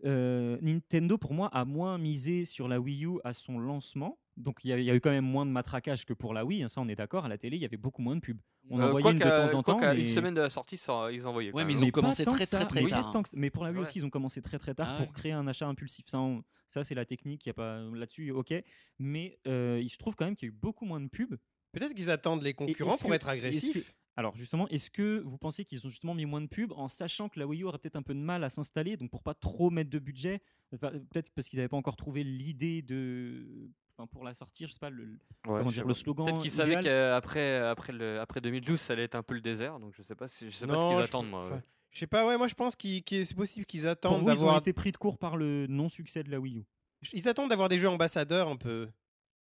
euh, Nintendo pour moi a moins misé sur la Wii U à son lancement. Donc il y, a- il y a eu quand même moins de matraquage que pour la Wii, hein, ça on est d'accord. À la télé, il y avait beaucoup moins de pubs. On euh, en voyait quoi une de qu'à- temps en quoi temps. qu'à mais... une semaine de la sortie, ça, ils envoyaient. Ouais, quand mais même. ils ont mais pas commencé tant très, que ça. très, très Oui, tard, hein. pas tant que ça. Mais pour la C'est Wii vrai. aussi, ils ont commencé très très tard Ah pour ouais. créer un achat impulsif. Ça, on- ça c'est la technique, il y a pas là-dessus, ok. Mais euh, il se trouve quand même qu'il y a eu beaucoup moins de pubs Peut-être qu'ils attendent les concurrents est-ce pour que- être agressifs. est-ce que- Alors justement, est-ce que vous pensez qu'ils ont justement mis moins de pubs en sachant que la Wii U aurait peut-être un peu de mal à s'installer, donc pour pas trop mettre de budget, enfin, peut-être parce qu'ils n'avaient pas encore trouvé l'idée de, enfin pour la sortir, je sais pas, le, comment dire, le slogan. Peut-être qu'ils savaient idéal. qu'après euh, après le, après 2012, ça allait être un peu le désert, donc je sais pas, si- je sais pas ce Non, qu'ils je attendent. trouve- moi. enfin, Je sais pas, ouais, moi je pense qu'il qu'il- c'est possible qu'ils Pour attendent vous, ils ont d'avoir été pris de court par le non-succès de la Wii U. ils attendent d'avoir des jeux ambassadeurs un peu.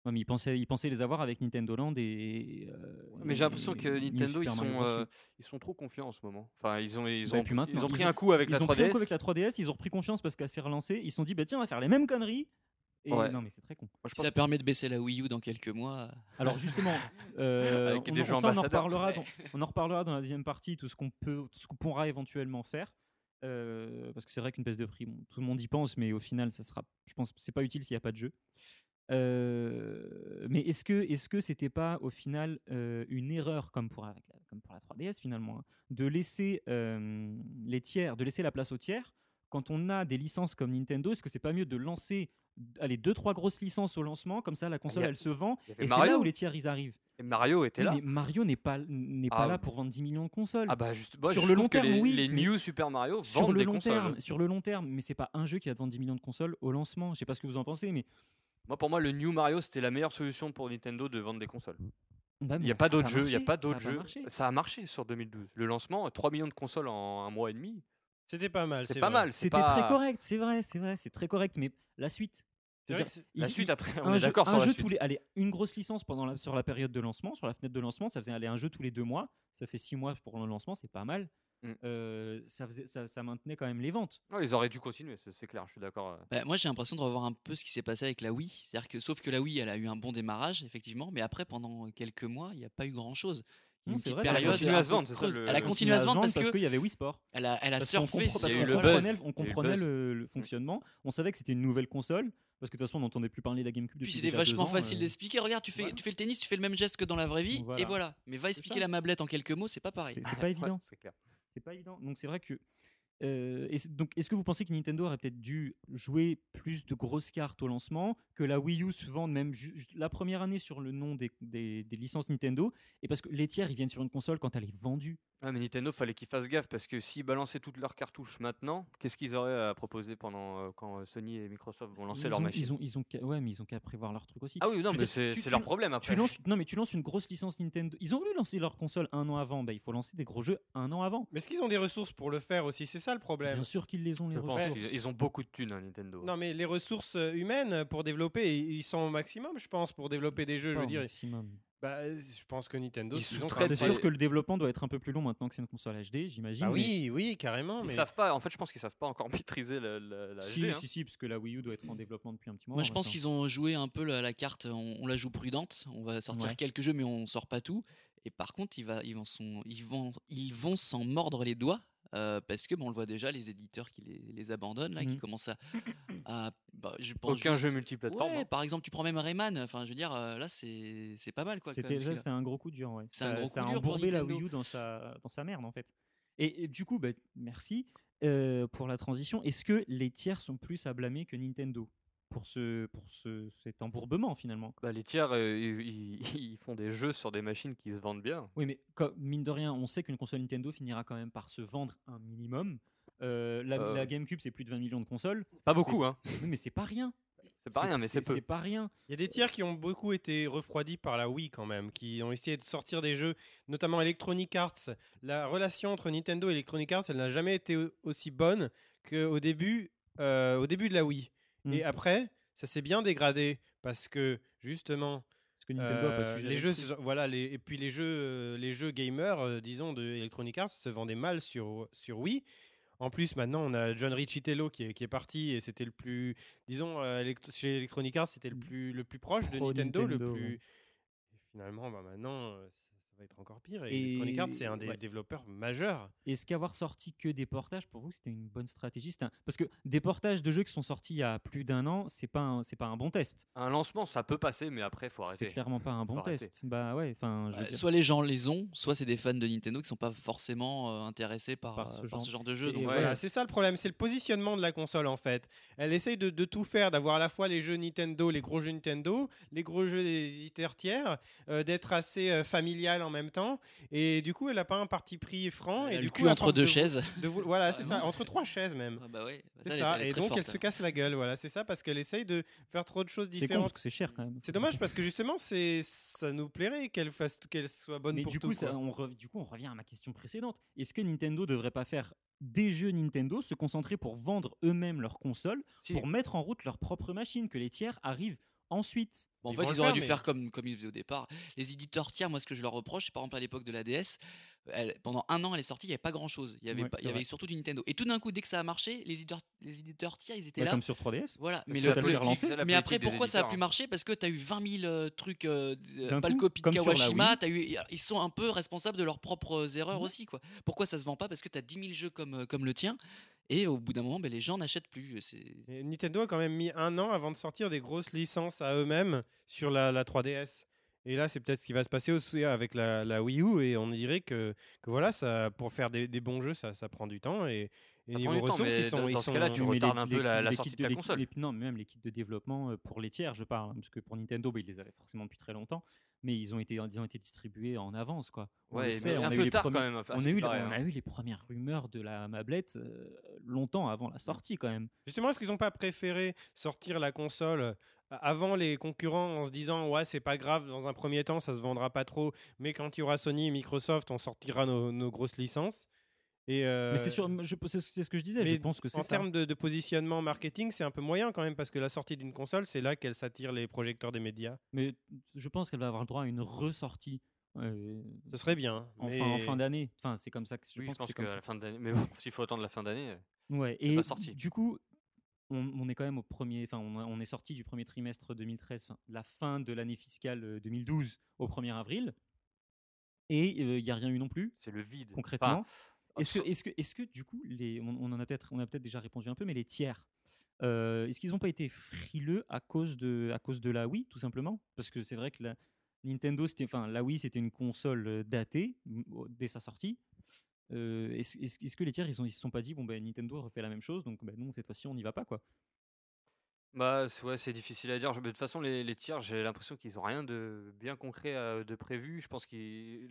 Ouais, mais ils pensaient, ils pensaient les avoir avec Nintendo Land et. euh, Mais j'ai l'impression et- que et Nintendo, ils Super Mario sont, Bros. euh, ils sont trop confiants en ce moment. Enfin, ils ont, ils Bah, ont, et puis maintenant, ils ont ils pris ont- un coup avec ils la ont pris un coup 3DS. avec la 3DS, ils ont repris confiance parce qu'elle s'est relancée. Ils se sont dit, bah tiens, on va faire les mêmes conneries. Et Ouais. non, mais c'est très con. Moi, je Si pense ça permet de baisser la Wii U dans quelques mois. Alors <laughs> justement, euh, Avec on, des en- jeux ça, on en ambassadeurs. reparlera. Ouais. dans- on en reparlera dans la deuxième partie tout ce qu'on peut, tout ce qu'on pourra éventuellement faire. Euh, parce que c'est vrai qu'une baisse de prix, bon, tout le monde y pense, mais au final, ça sera, je pense, que c'est pas utile s'il n'y a pas de jeu. Euh, mais est-ce que, est-ce que c'était pas au final euh, une erreur comme pour, avec la- comme pour la 3DS finalement, hein, de laisser euh, les tiers, de laisser la place aux tiers quand on a des licences comme Nintendo, est-ce que c'est pas mieux de lancer, allez, deux trois grosses licences au lancement, comme ça la console y a- elle se vend il y avait et c'est Mario. là où les tiers ils arrivent. Et Mario était Oui, là. Mais Mario n'est pas, n'est pas Ah. là pour vendre 10 millions de consoles. Ah bah juste, moi, Sur je le trouve long que terme, les, oui, les mais New Super Mario sur vendent le des long consoles. terme, sur le long terme, mais c'est pas un jeu qui va te vendre 10 millions de consoles au lancement. Je sais pas ce que vous en pensez, mais Moi, pour moi, le New Mario, c'était la meilleure solution pour Nintendo de vendre des consoles. Bah, mais Il n'y a ça pas d'autres jeux, il marché, n'y a pas ça d'autres jeux. marché. Ça a marché sur 2012. Le lancement, 3 millions de consoles en un mois et demi. C'était pas mal. C'est c'est pas vrai. mal. c'est C'était pas- très correct, c'est vrai, c'est vrai, c'est très correct, mais la suite. C'est vrai que c'est- La il- suite il- après, on un est jeu, d'accord un sur la jeu suite. tous les, allez, une grosse licence pendant la, sur la période de lancement, sur la fenêtre de lancement, ça faisait aller un jeu tous les deux mois, ça fait six mois pour le lancement, c'est pas mal. Mm. Euh, ça, faisait, ça, ça maintenait quand même les ventes. Non, ils auraient dû continuer, c'est c'est clair, je suis d'accord. euh. Bah, moi, j'ai l'impression de revoir un peu ce qui s'est passé avec la Wii. C'est-à-dire que, sauf que la Wii, elle a eu un bon démarrage, effectivement, mais après, pendant quelques mois, il n'y a pas eu grand-chose. Non, Une c'est petite vrai, ça a période. continué à se un peu vendre, c'est ça, creuse. le- Elle a Euh, le- continué à se vendre parce parce que qu'il y avait Wii Sport. elle a, elle a Parce qu'on surfé. compre- sur- parce Il y a eu qu'on le voilà. buzz. comprenait, on Il y a eu le comprenait buzz. Mm. le, le fonctionnement. On savait que c'était une nouvelle console. Parce que de toute façon, on n'entendait plus parler de la GameCube Puis depuis c'était déjà deux vachement ans, facile euh. d'expliquer. Regarde, tu fais, voilà. tu fais le tennis, tu fais le même geste que dans la vraie vie, Voilà. et voilà. Mais va expliquer ça. la mablette en quelques mots, c'est pas pareil. C'est c'est <laughs> pas évident. C'est clair. C'est pas évident. Donc c'est vrai que. euh, et c'est- donc, est-ce que vous pensez que Nintendo aurait peut-être dû jouer plus de grosses cartes au lancement, que la Wii U se vende même ju- ju- la première année sur le nom des, des- des licences Nintendo, et parce que les tiers ils viennent sur une console quand elle est vendue. Ouais, mais Nintendo, fallait qu'ils fassent gaffe parce que s'ils balançaient toutes leurs cartouches maintenant, qu'est-ce qu'ils auraient à proposer pendant euh, quand euh, Sony et Microsoft vont lancer ils, leur ont, machine ils ont, ils ont qu'à- ouais, mais ils ont qu'à prévoir leur truc aussi. Ah oui, Je non, veux mais dire, c'est tu- c'est tu- leur problème après. Tu lances, non mais tu lances une grosse licence Nintendo. Ils ont voulu lancer leur console un an avant, bah, il faut lancer des gros jeux un an avant. Mais est-ce qu'ils ont des ressources pour le faire aussi C'est ça le problème. Bien sûr qu'ils les ont les Je pense ressources. qu'ils- ils ont beaucoup de thunes, hein, Nintendo. Non, mais les ressources euh, humaines pour développer, ils ils sont au maximum, je pense, pour développer des jeux. Je Pas veux au dire, maximum. bah, euh, je pense que Nintendo, Ils ils ont sous-traitent C'est tracé- sur- sûr que le développement doit être un peu plus long maintenant que c'est une console HD, j'imagine. Bah mais- oui, oui, carrément. Ils Mais savent pas, en fait, je pense qu'ils savent pas encore <laughs> maîtriser la, la, la Si, HD, hein. si, si, parce que la Wii U doit être en développement depuis un petit moment. Mm. Moi, je pense maintenant. qu'ils ont joué un peu la, la carte. On, on la joue prudente. On va sortir Ouais. quelques jeux, mais on sort pas tout. Et par contre, ils, va, ils, vont, s'en- ils vont, ils vont s'en mordre les doigts. euh, parce que bon, on le voit déjà, les éditeurs qui les, les abandonnent, là, qui Mhm. commencent à. à- bah, je pense Aucun juste- jeu multiplateforme. Ouais, hein. Par exemple, tu prends même Rayman. Enfin, je veux dire, euh, là, c'est c'est pas mal, quoi. quand C'était même, ça, parce que- c'était un gros coup dur, ouais. C'est un Ça, gros ça coup a dur pour embourbé la Nintendo. Wii U dans sa, dans sa merde, en fait. Et, et du coup, bah, merci euh, pour la transition. Est-ce que les tiers sont plus à blâmer que Nintendo pour, ce, pour ce, cet embourbement, finalement Bah, les tiers, euh, ils, ils- <laughs> ils font des jeux sur des machines qui se vendent bien. Oui, mais co- mine de rien, on sait qu'une console Nintendo finira quand même par se vendre un minimum. Euh, la, Euh. la GameCube, c'est plus de 20 millions de consoles. Pas C'est- beaucoup, hein. Oui, Mais c'est pas rien. C'est pas rien, mais c'est peu. C'est pas rien. il y a des tiers qui ont beaucoup été refroidis par la Wii quand même, qui ont essayé de sortir des jeux, notamment Electronic Arts. La relation entre Nintendo et Electronic Arts, elle n'a jamais été au- aussi bonne qu'au début, euh, au début de la Wii. Mm. Mmh. Et après, ça s'est bien dégradé parce que justement, Parce que Nintendo a pas Euh, su gérer les le jeux truc. se- voilà les, et puis les jeux euh, les jeux gamers euh, disons de Electronic Arts se vendaient mal sur sur Wii en plus maintenant on a John Riccitello qui est, qui est parti et c'était le plus disons euh, élect- chez Electronic Arts c'était le plus le plus proche de Pro Nintendo, Nintendo, le plus ouais. et finalement bah, maintenant euh, ça- ça va être encore pire. Et, Et- Electronic Arts, c'est un des ouais. développeurs majeurs. Est-ce qu'avoir sorti que des portages, pour vous, c'était une bonne stratégie C'était un- Parce que des portages de jeux qui sont sortis il y a plus d'un an, c'est pas un- c'est pas un bon test. Un lancement, ça peut passer, mais après, faut C'est arrêter. clairement pas un bon Faut arrêter. test. Bah ouais, enfin, je veux Euh, dire, soit les gens les ont, soit c'est des fans de Nintendo qui sont pas forcément euh, intéressés par, Par euh, ce par genre- ce genre de jeu. c'est- Donc, ouais. Voilà, c'est ça le problème, c'est le positionnement de la console en fait. Elle essaye de, de tout faire, d'avoir à la fois les jeux Nintendo, les gros jeux Nintendo, les gros jeux des éditeurs tiers, euh, d'être assez euh, familial en même temps. Et du coup, elle n'a pas un parti pris franc. elle a et le du cul coup, à entre force deux de- chaises. de vou- voilà, c'est ça, Vraiment. entre trois chaises même. Ah bah ouais, C'est elle est- ça. elle est et très donc forte, hein. elle se casse la gueule, voilà, c'est ça, parce qu'elle essaye de faire trop de choses c'est con parce différentes. que c'est cher quand même. C'est dommage parce que justement, c'est ça nous plairait qu'elle fasse qu'elle soit bonne Mais pour du tout. coup, ça, quoi. on rev- du coup, on revient à ma question précédente. Est-ce que Nintendo devrait pas faire des jeux Nintendo, se concentrer pour vendre eux-mêmes leurs consoles, Si. pour mettre en route leurs propres machines, que les tiers arrivent ensuite Bon, en Ils fait, vont ils le auraient faire, dû mais- faire comme, comme ils faisaient au départ. Les éditeurs tiers, moi, ce que je leur reproche, c'est par exemple à l'époque de la DS, elle- pendant un an, elle est sortie, il n'y avait pas grand chose. Il y avait, Ouais, pas- il y c'est avait vrai. surtout du Nintendo. Et tout d'un coup, dès que ça a marché, les éditeurs, les éditeurs tiers, ils étaient Bah, là. Comme sur 3DS Voilà, mais, C'est le- la Total politique, relancé. c'est la mais politique après, des pourquoi ça a éditeurs, pu hein. marcher Parce que tu as eu 20 000 euh, trucs, euh, d- D'un pas le coup, copie de comme sur la Kawashima, Wii. t'as eu, ils sont un peu responsables de leurs propres euh, erreurs Mhm. aussi. quoi. Pourquoi ça se vend pas Parce que tu as 10 000 jeux comme, euh, comme le tien, et au bout d'un moment, ben, les gens n'achètent plus. C'est- Et Nintendo a quand même mis un an avant de sortir des grosses licences à eux-mêmes sur la, la 3DS. Et là, c'est peut-être ce qui va se passer aussi avec la, la Wii U. Et on dirait que, que voilà, ça, pour faire des, des bons jeux, ça, ça prend du temps. Et, et prend niveau du temps, ressources, mais ils sont. dans- ils dans ce sont- cas-là, tu Oui, mais retardes les- un peu les- la- la les sortie kits de ta les- console. les- non, mais même les kits de développement euh, pour les tiers, je parle, hein, parce que pour Nintendo, bah, ils les avaient forcément depuis très longtemps, mais ils ont été, ils ont été distribués en avance, quoi. On le Ouais, sait, mais on un a eu peu les tard quand premiers- même. à On ce a, qui eu, paraît, on hein. a eu les premières rumeurs de la mablette euh, longtemps avant Mm. la sortie, quand même. Justement, est-ce qu'ils n'ont pas préféré sortir la console euh, avant les concurrents en se disant ouais c'est pas grave dans un premier temps ça se vendra pas trop mais quand il y aura Sony et Microsoft on sortira nos, nos grosses licences et euh, Mais c'est sûr, je- c'est c'est ce que je disais, mais je pense que c'est En ça. termes de, de positionnement marketing, c'est un peu moyen quand même, parce que la sortie d'une console, c'est là qu'elle s'attire les projecteurs des médias. Mais je pense qu'elle va avoir le droit à une ressortie. euh, Ce serait bien. en mais- fin, en fin d'année. Enfin, c'est comme ça que je Oui, pense, que c'est comme à ça. la fin de l'année. <laughs> Mais bon, s'il faut attendre la fin d'année. euh, Ouais, n'est et pas sorti. du coup, on, on est quand même au premier, enfin, on, on est sorti du premier trimestre 2013, enfin, la fin de l'année fiscale euh, 2012 au 1er avril, et euh, il n'y a rien eu non plus, C'est le vide. concrètement. Enfin, Est-ce so- que, est-ce que, est-ce que du coup, les, on, on en a peut-être, on a peut-être déjà répondu un peu, mais les tiers, euh, est-ce qu'ils n'ont pas été frileux à cause de, à cause de la Wii, tout simplement Parce que c'est vrai que la Nintendo, c'était, enfin, la Wii, c'était une console euh, datée m- au- dès sa sortie. Euh, est-ce, est-ce- est-ce que les tiers, ils ne se sont pas dit, bon ben Nintendo refait la même chose, donc ben non, cette fois-ci, on n'y va pas quoi. Bah, c'est- ouais, c'est difficile à dire. Je- mais De toute façon, les, les tiers, j'ai l'impression qu'ils ont rien de bien concret euh, de prévu. Je pense que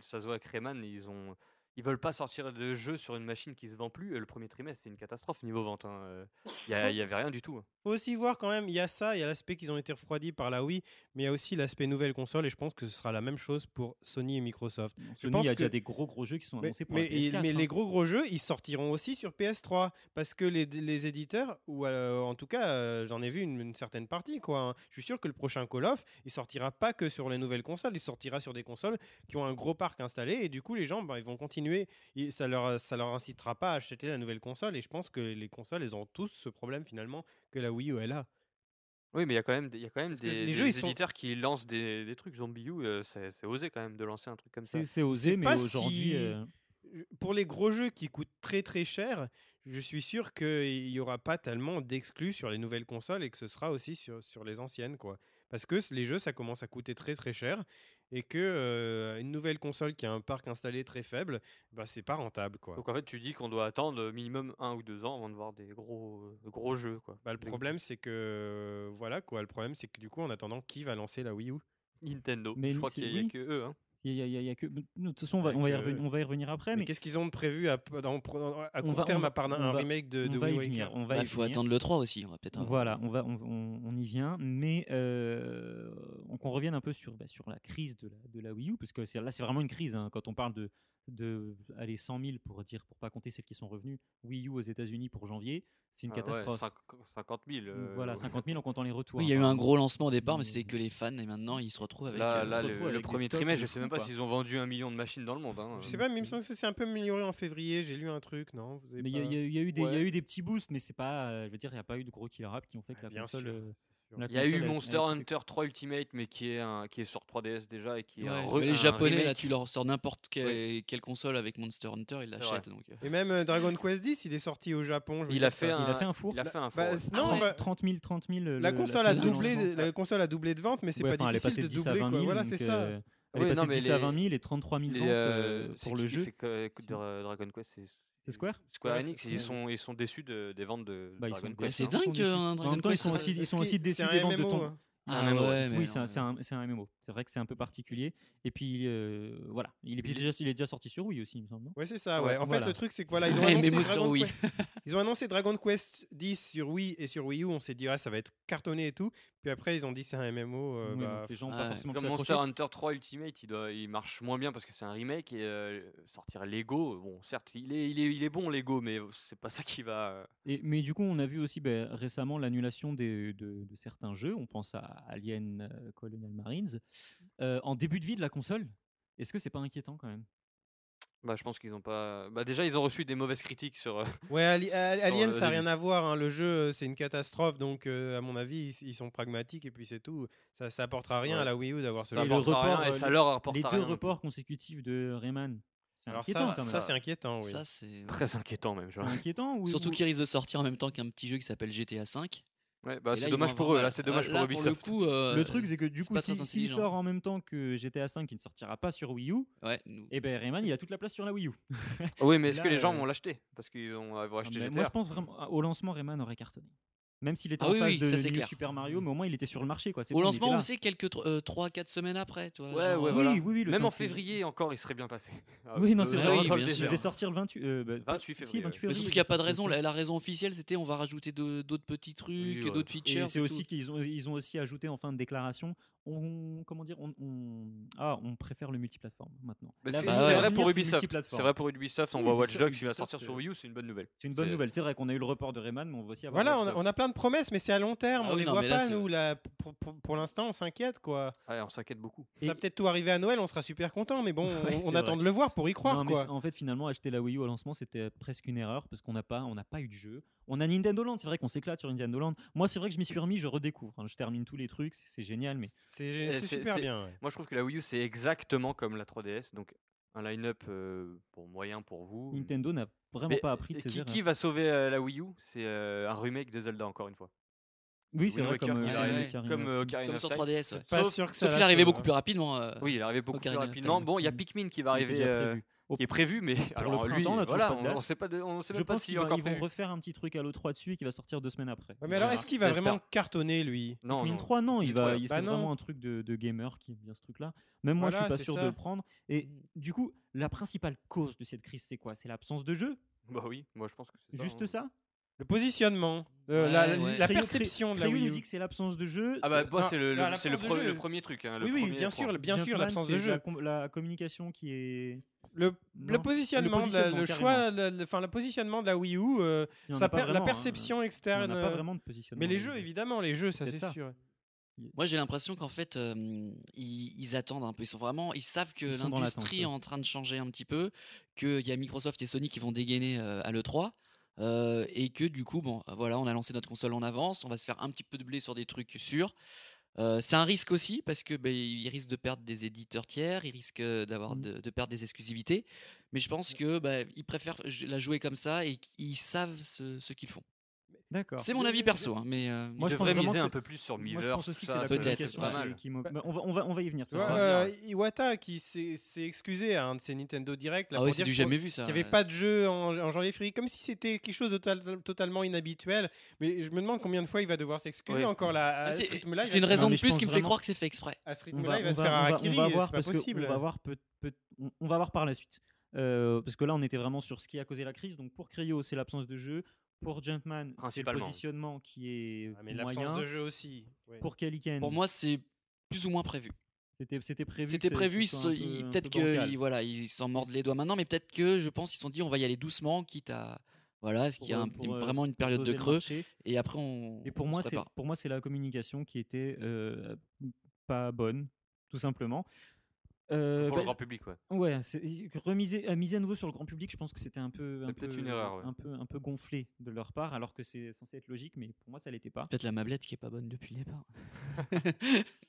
ça se voit à Rayman, ils ont. Ils veulent pas sortir de jeu sur une machine qui se vend plus. Euh, Le premier trimestre, c'est une catastrophe niveau vente. hein, Il y avait rien du tout. hein. faut aussi voir quand même, il y a ça, il y a l'aspect qu'ils ont été refroidis par la Wii, mais il y a aussi l'aspect nouvelle console, et je pense que ce sera la même chose pour Sony et Microsoft. Sony, pense il y a que- déjà des gros gros jeux qui sont Mais, annoncés pour mais- la PS4. mais hein. les gros gros jeux, ils sortiront aussi sur PS3 parce que les, les éditeurs ou euh, en tout cas, euh, j'en ai vu une, une certaine partie quoi. hein. Je suis sûr que le prochain Call of, il sortira pas que sur les nouvelles consoles, il sortira sur des consoles qui ont un gros parc installé et du coup les gens, bah, ils vont continuer. Et ça leur ça leur incitera pas à acheter la nouvelle console et je pense que les consoles, elles ont tous ce problème finalement que la Wii U elle a. Oui, mais il y a quand même des, il y a quand même Parce que des, les jeux, des ils sont- éditeurs qui lancent des, des trucs Zombie U. euh, c'est c'est osé quand même de lancer un truc comme ça. c'est, c'est osé, mais pas aujourd'hui, si- euh, Pour les gros jeux qui coûtent très très cher. Je suis sûr qu'il n'y aura pas tellement d'exclus sur les nouvelles consoles et que ce sera aussi sur, sur les anciennes, quoi. Parce que c- les jeux, ça commence à coûter très très cher et que euh, une nouvelle console qui a un parc installé très faible, bah, c'est pas rentable, quoi. Donc en fait, tu dis qu'on doit attendre euh, minimum un ou deux ans avant de voir des gros, euh, gros jeux. Quoi. Bah, le Des- problème, c'est que euh, voilà quoi. Le problème, c'est que du coup, en attendant, qui va lancer la Wii U Nintendo. Mais je crois c'est- qu'il n'y a, oui. que eux. hein. il y a- il y a- il y a que. De toute façon, on va, Ouais, on va, y, que- revenir, on va y revenir après, Mais mais, qu'est-ce qu'ils ont prévu à, p- dans- dans- à On court va- on terme va- à part un, on un va- remake de, de on va Wind y Waker venir. On Il va y bah, faut venir. attendre le 3 aussi, on va peut-être. hein. euh, Voilà, on, va, on, on- on y vient, mais euh, on- qu'on revienne un peu sur, bah, sur la crise de la, de la Wii U, parce que c'est- là c'est vraiment une crise, hein, quand on parle de, de allez, 100 000 pour dire, pour pas compter celles qui sont revenues, Wii U aux États-Unis pour janvier, c'est une Ah ouais, catastrophe. cinq- 50 000. euh, voilà, 50 000 en comptant les retours. Oui, il y hein, a eu par un exemple. gros lancement au départ, mais Mais- c'était que les fans, et maintenant ils se retrouvent avec. Là, euh, se là, le, retrouve le avec des premier stocks trimestre, de je sais fou, même pas quoi. s'ils ont vendu un million de machines dans le monde. hein. Je sais pas, mais il me semble que c'est un peu amélioré en février. J'ai lu un truc, non Vous avez Mais il y, a- pas- il y a eu- il y a eu des- il y a Ouais. eu des petits boosts, mais c'est pas, euh, je veux dire, il n'y a pas eu de gros killer apps qui ont fait que Ah, la bien console sûr, euh, La Il y a eu console a- a Monster été- Hunter 3 Ultimate, mais qui est, un- qui est sur 3DS déjà et qui est Ouais, un mais re- un les japonais là remake. tu leur sors n'importe quelle, quelle console avec Monster Hunter ils C'est vrai. l'achètent donc euh. Et même euh, Dragon Quest X, il est sorti au Japon. je veux Il dire, a fait ça- un, Il a fait un four. Il a fait un four. Bah, ouais. c- non, ouais. bah, 30 000, 30 000. le- la console a salle de doublé, lancement. la console a doublé de ventes, mais c'est Ouais, pas enfin, elle est difficile passée de 10 à doubler. 20 quoi. 000. Voilà, donc, c'est ça. euh, Elle Oui, est non, passée de mais 10 à les- 20 000 et 33 000 Les, ventes euh, euh, c'est pour le qui qui jeu. fait que- que de Dragon Quest c'est- C'est Square Square Ouais, Enix, c'est- ils sont, ils sont déçus de- des ventes de Bah, ils Dragon sont- Ouais, Quest. c'est hein. dingue, Ils sont déçus. un Dragon en même temps, ils Quest, sont euh, aussi, ils sont Parce aussi que déçus c'est un des ventes de MMO, ton. hein. Ils Ah sont- ouais, mais oui, c'est un, non, c'est un- c'est un MMO. C'est vrai que c'est un peu particulier. Et puis, euh, voilà. Il est, Il- déjà, il est déjà sorti sur Wii aussi, il me semble. non Ouais, c'est ça. Ouais, Ouais. En voilà. fait, le truc, c'est que <laughs> voilà, ils ont Ouais, annoncé MMO Dragon sur Wii. Quest. Ils ont annoncé Dragon Quest 10 sur Wii et sur Wii U. On s'est dit, ah, ça va être cartonné et tout. Puis après, ils ont dit, c'est un MMO. euh, Oui, bah, donc les gens ont ouais. pas forcément pu Comme s'accrocher. Monster Hunter 3 Ultimate, il, doit- il marche moins bien parce que c'est un remake et euh, sortir Lego, bon, certes, il est, il est, il est bon Lego, mais c'est pas ça qui va. euh, Et- mais du coup, on a vu aussi ben, récemment l'annulation des- de, de certains jeux. On pense à Alien euh, Colonial Marines. Euh, en début de vie de la console, est-ce que c'est pas inquiétant quand même Bah, je pense qu'ils ont pas. Bah, déjà, ils ont reçu des mauvaises critiques sur. euh, Ouais, Ali- Sur Ali- Alien, le ça n'a début. rien à voir. hein. Le jeu, euh, c'est une catastrophe. Donc, euh, à mon avis, ils, ils sont pragmatiques et puis c'est tout. Ça, ça apportera rien Ouais. Bah, à la Wii U d'avoir ce ça jeu. le apporte à rien report, et euh, ça les- leur apporte Les deux à rien non plus. reports consécutifs de Rayman, c'est Alors, inquiétant ça, quand même. ça, c'est inquiétant, oui. ça c'est ouais. Très inquiétant, même. c'est genre. inquiétant ou, surtout ou- qu'ils risquent de sortir en même temps qu'un petit jeu qui s'appelle GTA V Ouais, bah, Et là, c'est ils dommage vont pour avoir eux, mal. là, c'est dommage Ah, pour là, Ubisoft. le coup, euh, Le truc, c'est que du c'est coup, pas si- très s'il intelligent. sort en même temps que GTA V, qui ne sortira pas sur Wii U, ouais, nous- et ben Rayman, il a toute la place sur la Wii U. Oui, mais est-ce Là, que les gens euh, vont l'acheter Parce qu'ils ont, ils vont acheter Mais GTA. moi, je pense vraiment à- au lancement, Rayman aurait cartonné. Même s'il était Ah en oui, phase oui, de ça, c'est New clair. Super Mario, mais au moins il était sur le marché. Quoi. C'est au bon, il lancement était on là. sait quelques 3-4 semaines après tu vois, Ouais, genre, ouais, euh, voilà. Oui, oui, oui, le Même temps en que- février encore, il serait bien passé. Ah, Oui, non, euh, c'est Ah vrai. oui, il dans le bien devait sûr. désert. sortir le 28, euh, bah, 28 si, 28 février. ouais. mais février. surtout qu'il n'y a ça, pas de c'est- raison c'est- la, la raison officielle c'était on va rajouter de- d'autres petits trucs Oui, et voilà. d'autres Et features c'est et aussi tout. qu'ils ont, ils ont aussi ajouté en fin de déclaration, on, comment dire, on, on- ah, on préfère le multiplateforme maintenant. Bah, La c'est vraie c'est vrai avenir, pour c'est Ubisoft. multiplateforme. C'est vrai pour Ubisoft. On Oui, voit Ubisoft- Watch Dogs qui va Ubisoft, sortir sur euh, Wii U, c'est une bonne nouvelle. C'est une bonne C'est- nouvelle. C'est vrai qu'on a eu le report de Rayman, mais on va aussi avoir. Voilà, Watch on a, Dogs. on a plein de promesses, mais c'est à long terme. Ah on oui, les non, voit mais là, pas, c'est- nous. là, pour pour- pour l'instant, on s'inquiète, quoi. Ouais, on s'inquiète beaucoup. Ça va Et- peut-être tout arriver à Noël, on sera super content, mais bon, <laughs> on, Ouais, on c'est attend vrai. de le voir pour y croire, Non, mais quoi. c'est- en fait, finalement, acheter la Wii U au lancement, c'était euh, presque une erreur parce qu'on n'a pas, on n'a pas eu de jeu. On a Nintendo Land, c'est vrai qu'on s'éclate sur Nintendo Land. Moi, c'est vrai que je m'y suis remis, je redécouvre. hein. Je termine tous les trucs, c'est c'est génial, mais C'est c'est c'est- super c'est- bien. ouais. Moi, je trouve que la Wii U, c'est exactement comme la 3DS. Donc, un line-up euh, bon, moyen pour vous. Nintendo n'a vraiment Mais pas appris de qui, ses erreurs. qui va sauver euh, la Wii U C'est euh, un remake de Zelda, encore une fois. Oui, c'est Wind vrai, Waker comme, qui euh, va arriver, Ocarina comme, of euh, Time. Ocarina comme of sur Time. 3DS ouais. Pas sauf- sûr que ça. sauf qu'il la arrivait sauve, beaucoup hein. plus rapidement euh, Oui, il est arrivé beaucoup Ocarina plus of rapidement. Time. Bon, il y a Pikmin qui va Il était arriver, déjà euh, prévu. Au- qui est prévu, mais le alors lui, printemps, on a toujours voilà, pas de on, date. on sait pas, de- on sait Je même pas pense s'il qu'ils est vont encore ils vont prévu. refaire un petit truc à l'E3 dessus et qui va sortir deux semaines après. hein. Ouais, mais alors, est-ce qu'il va J'espère. vraiment cartonner, lui Non, Pikmin non. 3, non, il Pikmin va, 3, il- bah c'est non. vraiment un truc de, de gamer qui aime bien ce truc-là. Même moi, je Voilà, suis pas c'est sûr de ça. Mm. le prendre. Et du coup, la principale cause de cette crise, c'est quoi C'est l'absence de jeu Bah oui, moi je pense que c'est ça, Juste hein. ça Le positionnement, euh, la, Ouais, la- ouais. la Crayon- perception de la Crayon Wii nous U. dit que c'est l'absence de jeu. Ah bah, Euh, moi, non, c'est le, la- le- c'est le, l'absence de pro- jeu. le premier truc. hein, le oui, oui, premier bien point. sûr, bien sûr, Jumpman, l'absence de c'est La, jeu. com- la communication qui est. Le, Non. le positionnement, le, Le positionnement, le choix, le, le- enfin, le positionnement de la Wii U, euh, Il y en a sa pas per- la vraiment, hein. perception Il y en a externe. pas euh, vraiment de positionnement. mais les jeux, évidemment, les jeux, ça peut-être c'est ça. sûr. moi j'ai l'impression qu'en fait euh, ils, ils attendent un peu ils sont vraiment ils savent que Ils sont dans l'attente, l'industrie ouais. est en train de changer un petit peu qu'il y a Microsoft et Sony qui vont dégainer euh, à l'E3 euh, et que du coup bon voilà on a lancé notre console en avance on va se faire un petit peu de blé sur des trucs sûrs Euh, c'est un risque aussi parce que ben, ils risquent de perdre des éditeurs tiers, ils risquent euh, d'avoir Mhm. de, de perdre des exclusivités. Mais je pense que ben, ils préfèrent j- la jouer comme ça et qu'ils savent ce, ce qu'ils font. D'accord. C'est mon avis perso, hein, mais euh, Moi, Moi, je je pense devrais vraiment que miser un c'est- peu plus sur Miiver. Moi, je pense aussi que c'est la peut-être, communication ouais. pas mal. qui- qui me- Bah, on, va, on, va, on va y venir. de Tu toute vois, façon. euh, Iwata qui s'est s'est excusé à un de ses Nintendo Direct là, ah pour ouais, c'est dire du qu'on- jamais vu ça. euh. qu'il n'y avait pas de jeu en, en janvier-février, comme si c'était quelque chose de total- totalement inhabituel. Mais je me demande combien de fois il va devoir s'excuser Ouais. encore là. Ah, À ce c'est rythme-là, il c'est va une se- raison mais de je plus pense qui me fait vraiment- croire que c'est fait exprès. À ce On rythme-là, va, il va on se va- faire on va- harakiri. on va et voir c'est pas parce que- possible. on va voir peut- peut- on- on va voir par la suite. Euh, parce que là, on était vraiment sur ce qui a causé la crise. Donc pour Cryo, c'est l'absence de jeu. Pour Jumpman, c'est le Principalement. positionnement qui est Ah, mais l'absence moyen. de jeu aussi. Ouais. Pour Kaliken, Pour moi, c'est plus ou moins prévu. c'était c'était prévu. C'était que ça- prévu, ce ils soit se- un peu- ils- un peut-être peu bancal. qu'ils voilà, ils s'en mordent les doigts maintenant, mais peut-être que je pense qu'ils se sont dit on va y aller doucement, quitte à voilà, ce Pour, qu'il y a euh, un- pour, euh, vraiment une période de Doser le creux, marché. et après on. Et pour on se moi, c'est prépare. pour moi c'est la communication qui était euh, pas bonne, tout simplement. Euh, pour bah, le grand public, ouais. Ouais, c'est- remiser, euh, miser à nouveau sur le grand public, je pense que c'était un peu, C'est un peut-être peu- une erreur, ouais. un peu, un peu gonflé de leur part, alors que c'est censé être logique, mais pour moi ça l'était pas. Peut-être la mablette qui est pas bonne depuis le <laughs> départ. Moi,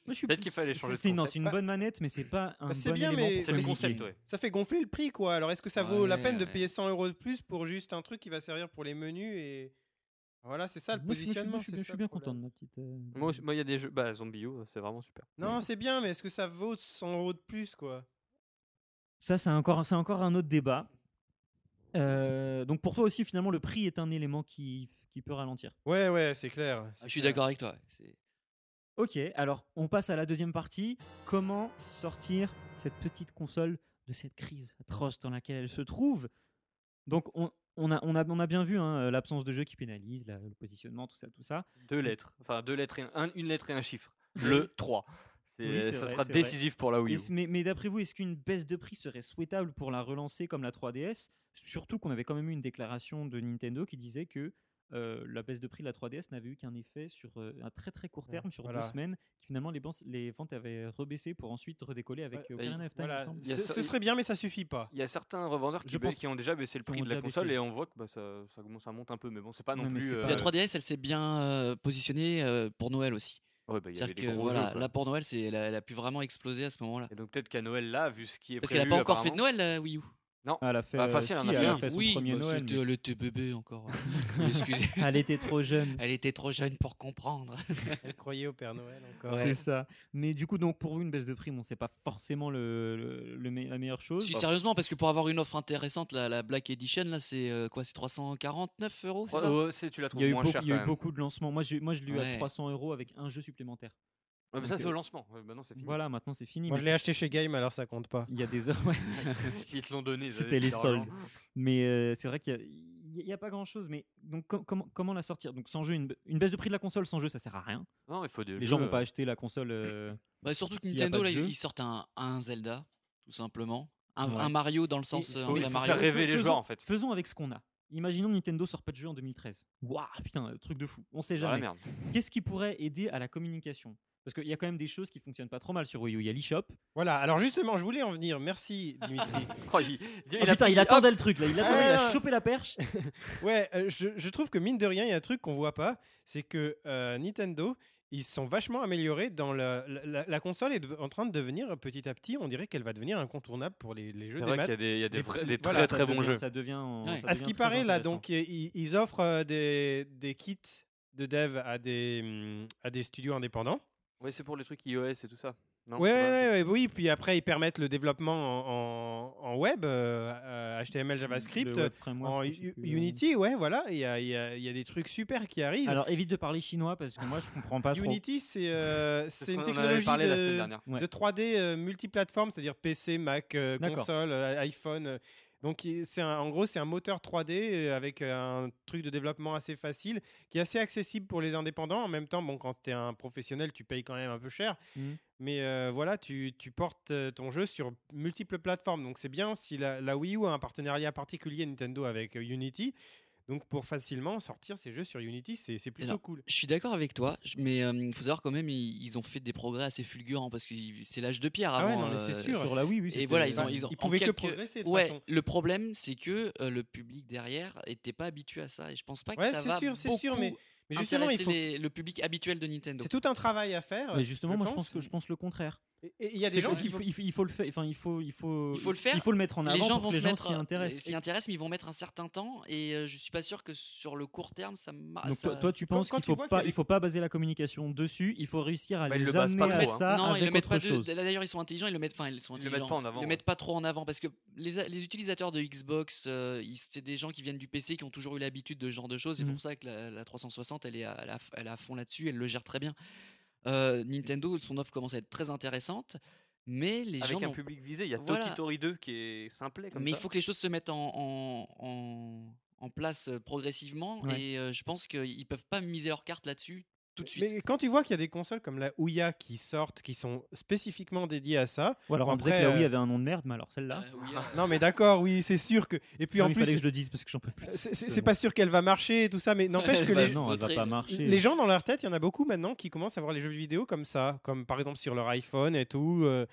je suis- Peut-être qu'il fallait c'est- changer de c'est- non, concept. c'est une Bah- bonne manette, mais c'est pas un Bah, c'est bon bien, élément mais- pour C'est le communiquer. concept, ouais. Ça fait gonfler le prix, quoi. Alors, est-ce que ça vaut la Ouais, peine de ouais. payer 100 euros de plus pour juste un truc qui va servir pour les menus et voilà, c'est ça le Moi, je- moi, je- positionnement. Je, suis- c'est je ça suis le bien problème. content de ma petite. euh, Moi, aussi- moi, il y a des jeux. Bah, Zombio, c'est vraiment super. Non, c'est bien, mais est-ce que ça vaut 100 euros de plus, quoi Ça, c'est encore, c'est encore un autre débat. Euh, donc pour toi aussi, finalement, le prix est un élément qui, qui peut ralentir. Ouais, ouais, c'est clair. Ah, Je suis d'accord avec toi. ouais. C'est- Ok, alors on passe à la deuxième partie. Comment sortir cette petite console de cette crise atroce dans laquelle elle se trouve Donc on, on a, on, a, on a bien vu hein, l'absence de jeu qui pénalise, la- le positionnement, tout ça, tout ça. Deux lettres. Enfin, deux lettres et un- un- une lettre et un chiffre. Le 3. Oui, c'est ça vrai, sera c'est vrai. décisif pour la Wii Et U. c- mais mais d'après vous, est-ce qu'une baisse de prix serait souhaitable pour la relancer comme la 3DS Surtout qu'on avait quand même eu une déclaration de Nintendo qui disait que euh, la baisse de prix de la 3DS n'avait eu qu'un effet sur euh, un très très court terme, sur voilà. deux semaines. Finalement, les, bans- les ventes avaient rebaissé pour ensuite redécoller avec euh, bah, Ocarina of Time, il me Voilà. semble. Il y a Ce, ça- ce serait bien, mais ça suffit pas. Il y a certains revendeurs qui, Je ba- pense qui ont déjà baissé le prix ont de la déjà console baissé. et on voit que bah, ça, ça, commence- ça monte un peu, mais bon, c'est pas non, Non, mais plus. c'est pas- La Euh, 3DS, elle s'est bien euh, positionnée euh, pour Noël aussi. ouais, bah, il y avait C'est-à-dire des que gros voilà, jeux, quoi. là pour Noël, c'est elle a- elle a pu vraiment exploser à ce moment-là. Et donc peut-être qu'à Noël, là, vu ce qui est Parce qu'elle prévu. a pas encore fait de apparemment- Noël, la Wii U. Ah, elle a fait, Bah, euh, facile, si, elle en a elle a fait fait son oui, premier bah, Noël. c'était- mais- elle était bébé encore. <laughs> Excusez. Elle était trop jeune. Elle était trop jeune pour comprendre. <laughs> Elle croyait au Père Noël encore. <laughs> Ouais. C'est ça. Mais du coup, donc pour vous, une baisse de prix, bon, c'est pas forcément le, le- le me- la meilleure chose. Si sérieusement, parce que pour avoir une offre intéressante, la, la Black Edition, là, c'est euh, quoi C'est 349 euros, c'est ça Ouais, ouais, c'est- tu il y la a trouves eu, moins beaucoup, chère il y a quand eu même. beaucoup de lancements. Moi, j'ai- moi je l'ai eu à Ouais. 300 euros avec un jeu supplémentaire. Ouais, mais ça, Donc, c'est au euh, lancement. Ouais, Maintenant, c'est fini. Voilà, maintenant c'est fini. Moi, mais je l'ai acheté chez Game, alors ça compte pas. Il y a des heures, <laughs> ouais. Ils te l'ont donné. ils avaient C'était les leur argent. soldes. Mais euh, c'est vrai qu'il n'y a, pas grand chose. Mais donc, com- comment, comment la sortir Donc, sans jeu, une, ba- une baisse de prix de la console sans jeu, ça sert à rien. Non, il faut des Les gens jeux. vont pas acheter la console. euh, Bah, Surtout que S'il y a pas Nintendo, de là, jeu. ils sortent un, un Zelda, tout simplement. Un, Ouais. un Mario dans le sens Il euh, faut- de il la faut Mario. faire rêver les faisons- joueurs, en fait. Faisons avec ce qu'on a. Imaginons que Nintendo sort pas de jeu en 2013. Waouh, putain, truc de fou. On sait Ah, jamais. merde. Qu'est-ce qui pourrait aider à la communication Parce qu'il y a quand même des choses qui fonctionnent pas trop mal sur Wii U. Il y a l'eShop. Voilà, alors justement, je voulais en venir. Merci, Dimitri. Oh, il, Oh putain, pris- il attendait le truc là. Il attendait, il Ah. a chopé la perche. Ouais, euh, je, je trouve que mine de rien, il y a un truc qu'on voit pas, c'est que euh, Nintendo, ils sont vachement améliorés dans la, la- la- la console est de- en train de devenir euh, petit à petit, on dirait qu'elle va devenir incontournable pour les, les jeux C'est des vrai maths. qu'il y a des, il y a des Des- vrais- des voilà, très Ça très bons devient- jeux. Ça devient. Ouais. ça À ce devient qui très paraît, là, intéressant. donc, ils, ils offrent euh, des, des kits de dev à des, hum, à des studios indépendants. Ouais, c'est pour les trucs iOS et tout ça. Non, Ouais, c'est pas- ouais, ouais, oui, puis après, ils permettent le développement en, en- en web, euh, euh, Mmh, HTML, JavaScript, Le web framework, en je sais U- plus, euh, Unity, ouais, voilà, il y a, il y a- il y a des trucs super qui arrivent. Alors évite de parler chinois parce que moi je comprends pas trop. Unity, <laughs> c'est euh, c'est c'est ce une qu'on en avait technologie parlé la semaine de, dernière. Ouais. de 3D euh, multiplateforme, c'est-à-dire PC, Mac, euh, D'accord. console, euh, iPhone. euh. Donc, il- c'est un- en gros, c'est un moteur 3D euh, avec un truc de développement assez facile, qui est assez accessible pour les indépendants. En même temps, bon, quand tu es un professionnel, tu payes quand même un peu cher. Mhm. Mais euh, voilà, tu, tu portes euh, ton jeu sur multiples plateformes. Donc, c'est bien si la, la Wii U a un partenariat particulier Nintendo avec euh, Unity. Donc, pour facilement sortir ces jeux sur Unity, c'est c'est plutôt Alors, cool. Je suis d'accord avec toi, je- mais il faut savoir quand même, ils, ils ont fait des progrès assez fulgurants parce que ils- c'est l'âge de pierre Ah avant. ouais, non, mais c'est euh, sûr. Sur la Wii, oui. Et c'était- voilà, ils ont- Ouais, ils ont- en pouvaient que quelques- progresser. De Ouais, toute façon. le problème, c'est que euh, le public derrière était pas habitué à ça, et je pense pas que Ouais, ça c'est va sûr, c'est beaucoup sûr, Mais justement, il intéresser faut. les- le public habituel de Nintendo. C'est tout un travail à faire. Mais justement, je moi pense. je pense que je pense le contraire. Et et il y a C'est des gens parce qui qu'il vont- faut, il faut- il faut le faire. Enfin, il faut, il faut, Il faut le faire. Il faut le mettre en avant les gens pour vont que les se gens mettre, euh, s'y intéressent. s'y intéressent, mais ils vont mettre un certain temps, et euh, je suis pas sûr que sur le court terme, ça. marche. Donc toi, toi, tu penses Ah, quand qu'il tu faut vois qu'il y a pas, des- il faut pas baser la communication dessus. Il faut réussir à Bah, ils le les basent pas amener à trop, hein. ça non, ils le avec mettent autre pas. de- chose. D'ailleurs, ils sont intelligents. Ils le mettent. Enfin, ils sont Ils le intelligents. mettent pas en avant. Ils le ouais. mettent pas trop en avant parce que les, les utilisateurs de Xbox, euh, ils- c'est des gens qui viennent du PC, qui ont toujours eu l'habitude de ce genre de choses. C'est Mhm. pour ça que la, la 360, elle est à, elle est à- elle est à fond là-dessus, elle le gère très bien. Euh, Nintendo, son offre commence à être très intéressante, mais les gens. Avec un n'ont- public visé, il y a Voilà. Tokitori 2 qui est simplet comme mais il ça. faut que les choses se mettent en, en- en- en place euh, progressivement, Ouais. et euh, je pense qu'ils peuvent pas miser leur carte là-dessus tout de suite. Mais quand tu vois qu'il y a des consoles comme la Ouya qui sortent, qui sont spécifiquement dédiées à ça. Ou alors on Après, disait que la Wii euh, avait un nom de merde, mais alors celle-là. Euh, oui, euh, Non, mais d'accord, oui, c'est sûr que. Et puis Non, en il fallait que plus, je le dise parce que j'en peux plus. c'est- c'est c'est pas sûr qu'elle va marcher et tout ça, mais n'empêche que Bah les. non. non, <laughs> elle va Voterai- pas marcher. Les gens dans leur tête, il y en a beaucoup maintenant qui commencent à voir les jeux vidéo comme ça, comme par exemple sur leur iPhone et tout. euh,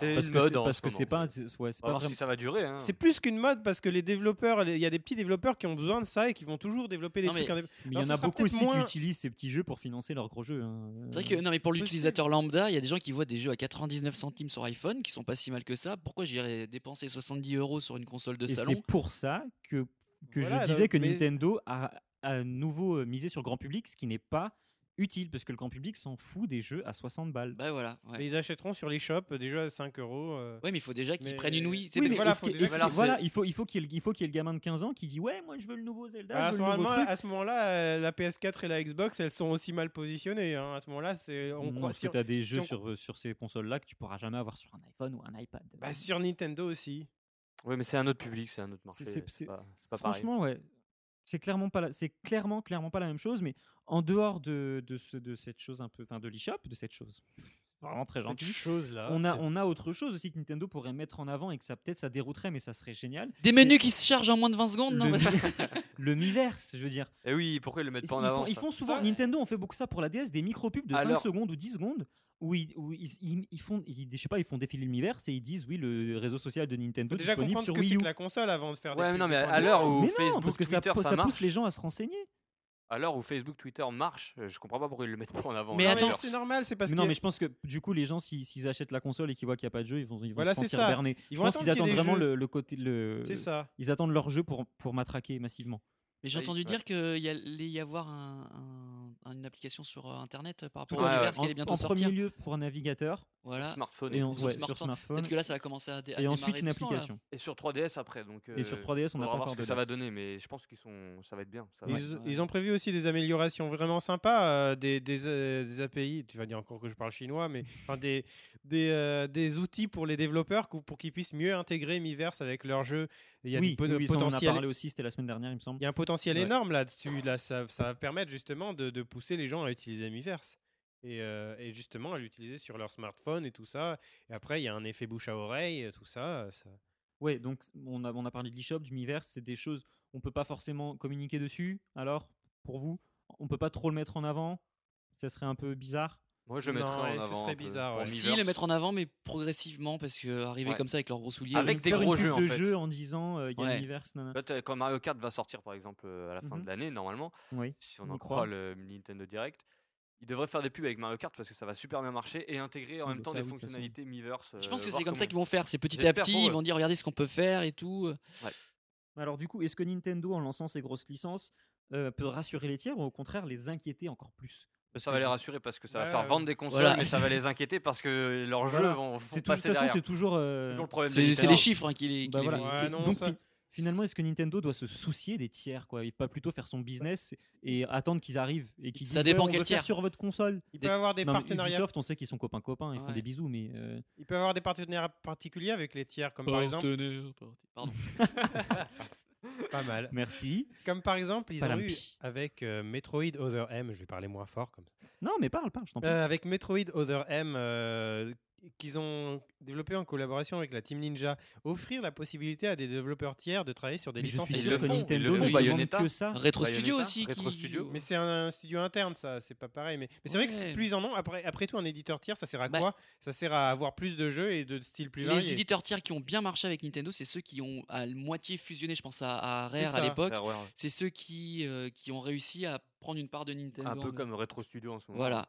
C'est Parce une que c'est- mode en parce ce que c'est pas, moment. un- c'est- ouais, c'est On va pas voir vraiment- si ça va durer. Ah. hein. C'est plus qu'une mode parce que les développeurs, les- il y a des petits développeurs qui ont besoin de ça et qui vont toujours développer des Non, mais- trucs. indép- Mais il y Alors, en ce a sera beaucoup peut-être aussi qui moins- utilisent ces petits jeux pour financer leurs gros jeux. hein. C'est vrai que non mais pour Possible. l'utilisateur lambda, il y a des gens qui voient des jeux à 99 centimes sur iPhone qui sont pas si mal que ça. Pourquoi j'irais dépenser 70 euros sur une console de Et salon c'est pour ça que, que Voilà, je disais que mais- Nintendo a à nouveau euh, misé sur le grand public, ce qui n'est pas utile, parce que le grand public s'en fout des jeux à 60 balles. Bah voilà. Ouais. Mais ils achèteront sur les shops euh, déjà à 5 euros. euh. Ouais, mais il faut déjà qu'ils Mais- prennent une Wii. C'est Oui, parce mais que- voilà, est-ce faut que- déjà- est-ce que- Alors, voilà, il faut, il faut qu'il y ait le- il faut qu'il y ait le gamin de 15 ans qui dit Ouais, moi je veux le nouveau Zelda. à, je ce veux le nouveau moment-là, truc. à ce moment-là, euh, la PS4 et la Xbox, elles sont aussi mal positionnées. hein. À ce moment-là, c'est on Non, croit parce que sur... tu as des jeux on- sur, euh, sur ces consoles-là que tu pourras jamais avoir sur un iPhone ou un iPad. euh, Bah, sur Nintendo aussi. Oui, mais c'est un autre public, c'est un autre marché. C'est- c'est- c'est- C'est pas, c'est pas pareil. Franchement, ouais. C'est clairement pas la- c'est clairement clairement pas la même chose, mais en dehors de, de, ce- de cette chose un peu, enfin de l'eShop, de cette chose, <laughs> vraiment très Cette gentil. chose là. On a, on a autre chose aussi que Nintendo pourrait mettre en avant et que ça peut-être ça dérouterait, mais ça serait génial. Des menus qui se chargent en moins de 20 secondes. <laughs> le, Non, mais- <laughs> mi- le Miiverse, je veux dire. Et Eh oui, pourquoi ils le mettent Ils, pas en ils avant font, ils ça font souvent, Ça- Nintendo, on fait beaucoup ça pour la DS, des micro-pubs de 5 Alors- secondes ou 10 secondes où ils, où ils, ils- ils font, ils- je sais pas, ils font défiler le Miiverse et ils disent oui, le réseau social de Nintendo Faut déjà disponible comprendre sur ce que Wii c'est U. que la console avant de faire des hein. Ouais, mais non, trucs mais de à pointe. l'heure où mais non, Facebook, parce que ça, Twitter, po- ça, ça marche, pousse les gens à se renseigner. à l'heure où Facebook, Twitter marche, euh, je comprends pas pourquoi ils le mettent pas en avant. Mais là, Non, attends, d'ailleurs. c'est normal, c'est parce Mais non, que- mais je pense que du coup, les gens, si- s'ils achètent la console et qu'ils voient qu'il n'y a pas de jeu, ils vont, ils vont Voilà, se c'est sentir ça. bernés. ils Je vont pense qu'ils attendre qu'il attendent y ait des vraiment jeux. le, le côté. Le... C'est ça. Ils attendent leur jeu pour, pour matraquer massivement. mais j'ai Ah oui, entendu ouais. dire qu'il y allait y avoir un- un- une application sur euh, Internet euh, par rapport Tout à à fait. l'univers qui en allait bientôt en sortir. premier hein. lieu pour un navigateur Voilà. smartphone et en- sur ouais, sur smartphone. smartphone Peut-être que là, ça va commencer à dé- à et ensuite démarrer une doucement, là. application. et sur 3DS après. Donc, Et sur euh, 3DS, on n'a faudra pas voir encore ce de que ça va date. donner, mais je pense qu'ils sont, ça va être bien. Ça va Ils, être- ouais. ils ont prévu aussi des améliorations vraiment sympas, euh, des, des, euh, des API, tu vas dire encore que je parle chinois, <laughs> mais enfin, des, des, euh, des outils pour les développeurs cou- pour qu'ils puissent mieux intégrer Miiverse avec leurs jeux. Il y a, oui, du po- oui, oui, ça, on en a potentiel, parlé aussi, c'était la semaine dernière, il me semble. il y a un potentiel Ouais. énorme là-dessus. Là, ça, ça va permettre justement de, de pousser les gens à utiliser Miiverse. Et, euh, et justement à l'utiliser sur leur smartphone et tout ça. Et après, il y a un effet bouche à oreille, euh, tout ça. ça- Ouais, donc on a, on a parlé de l'eShop, du Miiverse, c'est des choses, on peut pas forcément communiquer dessus. Alors, pour vous, on peut pas trop le mettre en avant Ça serait un peu bizarre. Moi, je Non, mettrais en ouais, ce avant. serait un peu bizarre, pour ouais. Si, Miiverse. le mettre en avant, mais progressivement, parce que arriver Ouais. comme ça avec leurs gros souliers. Avec euh, des Faire gros une pub jeux, en de fait. jeu en disant euh, il y a Ouais. le Miiverse, nanana. Bah, t'as- Quand Mario Kart va sortir par exemple euh, à la fin Mhm. de l'année, normalement, Oui. si on On en y croit croit. le Nintendo Direct, il devrait faire des pubs avec Mario Kart parce que ça va super bien marcher et intégrer en Oui, même bah temps ça, des oui, de toute façon. fonctionnalités Miiverse. Je pense euh, que voir c'est comme ça comment- qu'ils vont faire. C'est petit à J'espère petit, pour ils eux. vont dire regardez ce qu'on peut faire et tout. Mais Alors du coup, est-ce que Nintendo, en lançant ces grosses licences, euh, peut rassurer les tiers ou au contraire les inquiéter encore plus Parce Ça que va les du- rassurer parce que ça va Ouais, faire ouais. vendre des consoles, Voilà. mais ça va les inquiéter parce que leurs Voilà. jeux vont, vont C'est tout- de passer toute façon, derrière. c'est toujours. euh, toujours le problème. de C'est c'est Nintendo. les chiffres hein, qui les. bah qui voilà. les- Ouais, Et non, donc, ça- fi- finalement, est-ce que Nintendo doit se soucier des tiers, quoi, et pas plutôt faire son business et attendre qu'ils arrivent et qu'ils disent Ça dépend ouais, on quel veut faire tiers. sur votre console Il Des- peut avoir des Non, mais partenariats Ubisoft, on sait qu'ils sont copains copains, ils font Ouais. des bisous, mais <laughs> euh, Il peut avoir des partenariats particuliers avec les tiers, comme Oh, par exemple. Partenaire, partenaire. Pardon. Pas mal. merci. Comme par exemple, ils ont eu Palampi. avec euh, Metroid Other M, je vais parler moins fort comme ça. Non, mais parle, parle, je t'en prie. Euh, avec Metroid Other M, euh, qu'ils ont développé en collaboration avec la Team Ninja, offrir la possibilité à des développeurs tiers de travailler sur des Mais je licences. suis ils sûr le que font, ils le Nintendo font. ne demande Bayonetta. que ça. Retro Studio Bayonetta, aussi. Retro qui- Studio. Mais c'est un, un studio interne, ça, c'est pas pareil. Mais, mais c'est vrai que c'est- Ouais. plus ils en ont, après, après tout, un éditeur tiers, ça sert à Bah. quoi Ça sert à avoir plus de jeux et de styles plus Les variés. éditeurs tiers qui ont bien marché avec Nintendo, c'est ceux qui ont à moitié fusionné, je pense à, à C'est Rare ça. à l'époque. Bah, Ouais, ouais, ouais. C'est ceux qui, euh, qui ont réussi à prendre une part de Nintendo. Un peu en- comme Retro Studio en ce moment. Voilà.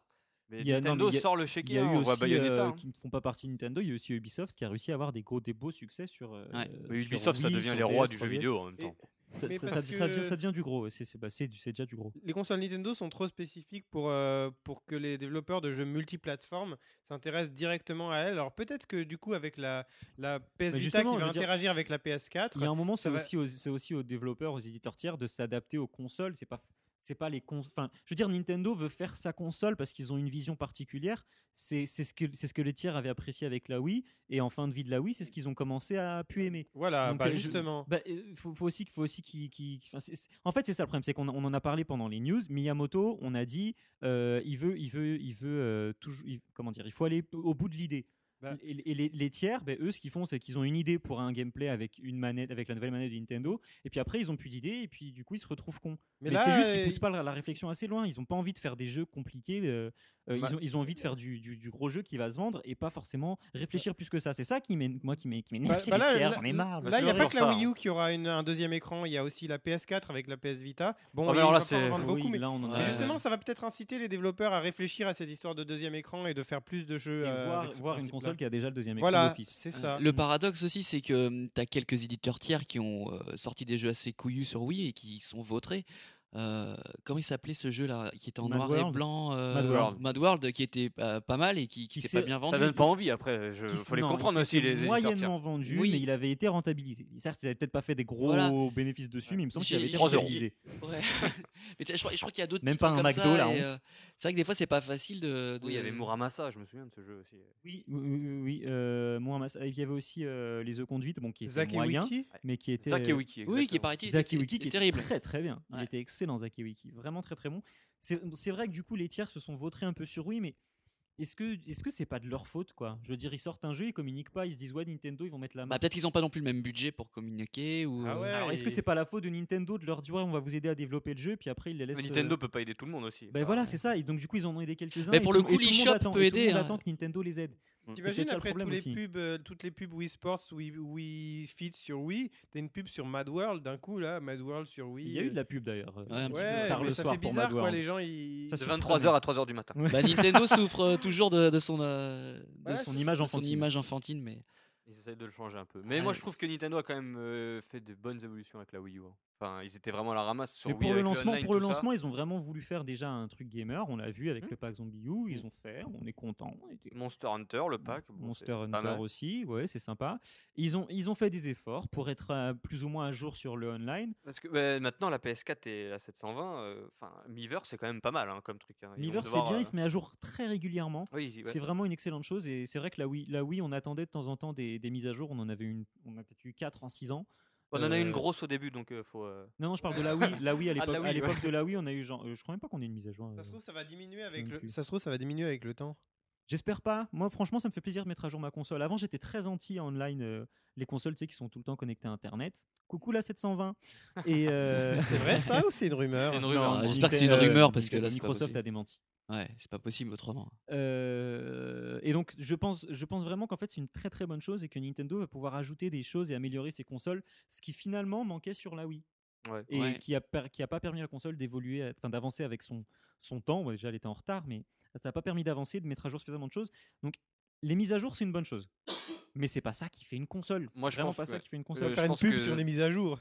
Mais Il y a- non, Nintendo mais il y a- sort le Il chéquier, y a hein, eu on voit aussi Bayonetta. euh, hein. qui ne font pas partie de Nintendo. Il y a aussi Ubisoft qui a réussi à avoir des gros des beaux succès sur. euh, Ouais. Mais sur Bah, Ubisoft, ça Wii, devient sur les rois DS, du jeu 3DS. vidéo en même Et- temps. Ça, Mais ça- ça- parce ça vient- que- ça devient du gros. C'est c'est- bah, c'est du- c'est déjà du gros. les consoles Nintendo sont trop spécifiques pour, euh, pour que les développeurs de jeux multiplateformes s'intéressent directement à elles. Alors peut-être que du coup avec la, la PS Mais Vita Bah, justement, qui je va veux dire, interagir avec la Il y a PS4, un moment, c'est va- aussi, aux- c'est aussi aux développeurs, aux éditeurs tiers de s'adapter aux consoles. C'est pas, c'est pas les cons. Enfin, je veux dire, Nintendo veut faire sa console parce qu'ils ont une vision particulière. C'est, c'est ce que, c'est ce que les tiers avaient apprécié avec la Wii, et en fin de vie de la Wii, c'est ce qu'ils ont commencé à pu aimer. voilà, Donc, bah, euh, je- justement. Bah, euh, faut, faut aussi, faut aussi qui, en fait, c'est ça le problème, c'est qu'on on en a parlé pendant les news. Miyamoto, on a dit, euh, il veut, il veut, il veut euh, toujours, il- comment dire, il faut aller au bout de l'idée. Bah. Et, et les, les tiers, ben, eux, ce qu'ils font, c'est qu'ils ont une idée pour un gameplay avec une manette, avec la nouvelle manette de Nintendo, et puis après, ils ont plus d'idées, et puis du coup, ils se retrouvent cons. Mais, c'est juste qu'ils euh, poussent pas la, la réflexion assez loin. Ils ont pas envie de faire des jeux compliqués. euh, euh, Bah. ils, ont, ils ont envie de faire du, du- du gros jeu qui va se vendre et pas forcément réfléchir plus que ça. C'est ça qui m'én- moi qui m'é- qui m'énerve. Bah- chez bah les là, tiers, là- j'en ai marre. Là, il n'y a C'est pas toujours que la ça, Wii hein. U qui aura une- un deuxième écran, il y a aussi la PS4 avec la PS Vita. Bon, Ah, mais il alors là, va pas en c'est- vendre beaucoup, Oui, mais là, on en mais a- Ouais. justement, ça va peut-être inciter les développeurs à réfléchir à cette histoire de deuxième écran et de faire plus de jeux. et euh, voir, avec ce voir une principe-là. console qui a déjà le deuxième écran Voilà, d'office. Ah, c'est ça. Le paradoxe aussi, c'est que tu as quelques éditeurs tiers qui ont euh, sorti des jeux assez couillus sur Wii et qui sont vautrés. Euh, comment il s'appelait ce jeu-là qui était en Mad noir et World blanc euh, Mad World. Mad World, qui était euh, pas mal et qui, qui Qui s'est pas s'est- bien vendu. Ça donne pas envie après. Euh, Je... Qui s- Faut les non, comprendre il aussi s'était les éditeurs. tiens. moyennement vendu, Oui. mais il avait été rentabilisé. Certes, ils n'avaient peut-être pas fait des gros Voilà. bénéfices dessus, mais il me semble qu'il J'ai- avait été Trois euros. rentabilisé. <laughs> Ouais. Mais t'as- je crois, je crois qu'il y a d'autres. Même titres pas un comme McDo, ça, la et, honte. euh, c'est vrai que des fois, c'est pas facile de. de- Ah Oui, il y avait Muramasa, je me souviens de ce jeu aussi. Oui, oui, oui. oui, oui, euh, moi, en masse- il y avait aussi euh, les œufs conduites, bon, qui étaient Zach et moyens, Wiki mais qui étaient. Ça euh, qui est Wiki. Oui, qui exactement. paraît-il. Zach et était- Wiki était qui était terrible. très très bien. Il Ouais. était excellent Zach et Wiki, vraiment très très bon. C'est c'est vrai que du coup les tiers se sont vautrés un peu sur oui, mais est-ce que est-ce que c'est pas de leur faute quoi Je veux dire ils sortent un jeu, ils communiquent pas, ils se disent ouais Nintendo ils vont mettre la main. Bah, peut-être qu'ils n'ont pas non plus le même budget pour communiquer ou. Ah euh, ouais. Alors est-ce que il- c'est pas la faute de Nintendo de leur dire ouais, on va vous aider à développer le jeu puis après ils les laissent. Mais euh, Nintendo Ah, peut pas aider tout le monde aussi. Ben voilà c'est ça et donc du coup ils en ont aidé quelques uns. Mais pour et le tout- coup, et tout l'eShop monde attend- peut et tout le aider, monde hein. attend que Nintendo les aide. T'imagines peut-être ça le après tous problème les aussi. pubs, euh, toutes les pubs Wii Sports, Wii, Wii Fit sur Wii, t'as une pub sur Mad World d'un coup là, Mad World sur Wii. euh, Il y a eu de la pub d'ailleurs. euh. euh, Ouais, un petit peu, Ouais, Par mais le ça soir fait pour Mad bizarre hein. quoi, World. les gens ils. Ça De surprend, 23h à 3h du matin. Bah, Nintendo souffre euh, toujours de, de son, euh, de Ouais, son, son image de enfantine. image enfantine, mais Ils essayent de le changer un peu. Mais Ah, moi, ouais, je trouve c'est- que Nintendo a quand même euh, fait de bonnes évolutions avec la Wii U. hein. Enfin, ils étaient vraiment à la ramasse sur Mais Wii pour le avec lancement, online, pour le tout ça. lancement, ils ont vraiment voulu faire déjà un truc gamer. On l'a vu avec Mm. Mhm. le pack Zombie U, ils ont fait, on est content. on était- Monster Hunter, le pack. bon, c'est Monster pas Hunter mal. aussi, ouais, c'est sympa. Ils ont, ils ont fait des efforts pour être euh, plus ou moins à jour sur le online. Parce que bah, maintenant, la PS4 et la 720, euh, enfin, Miiverse, c'est quand même pas mal hein, comme truc. hein. Ils vont Miiverse, c'est devoir, bien, euh, il se met à jour très régulièrement. Oui, ouais. C'est vraiment une excellente chose et c'est vrai que la Wii, la Wii, on attendait de temps en temps des, des mises à jour. On en avait une, on a peut-être eu 4 en 6 ans. on en a euh, une grosse au début, donc euh, faut. euh, Non, non, je parle de la Wii. La Wii à Ah, de la l'époque, à Wii, ouais. l'époque de la Wii, on a eu genre, euh, je crois même pas qu'on ait une mise à jour. Ça se euh, trouve ça va diminuer avec même le. plus. Ça se trouve ça va diminuer avec le temps. J'espère pas. Moi, franchement, ça me fait plaisir de mettre à jour ma console. Avant, j'étais très anti online. euh, les consoles, tu sais, qui sont tout le temps connectées à Internet. Coucou la 720. Et <laughs> euh, C'est vrai <laughs> ça ou c'est une rumeur C'est une rumeur. Non, hein. Ah, j'espère que c'est une Nintendo- rumeur, parce que là, c'est pas Microsoft possible. a démenti. ouais, c'est pas possible autrement. Euh, et donc, je pense, je pense vraiment qu'en fait, c'est une très très bonne chose et que Nintendo va pouvoir ajouter des choses et améliorer ses consoles, ce qui finalement manquait sur la Wii <laughs> ouais. et Ouais. qui a per- qui a pas permis à la console d'évoluer, euh, enfin d'avancer avec son son temps. Bon, déjà, elle était en retard, mais ça n'a pas permis d'avancer, de mettre à jour suffisamment de choses. Donc, les mises à jour, c'est une bonne chose, mais c'est pas ça qui fait une console. Moi, C'est je vraiment pense pas que- ça qui fait une Ça Euh, va console. faire je une pense pub que- sur les mises à <laughs> jour.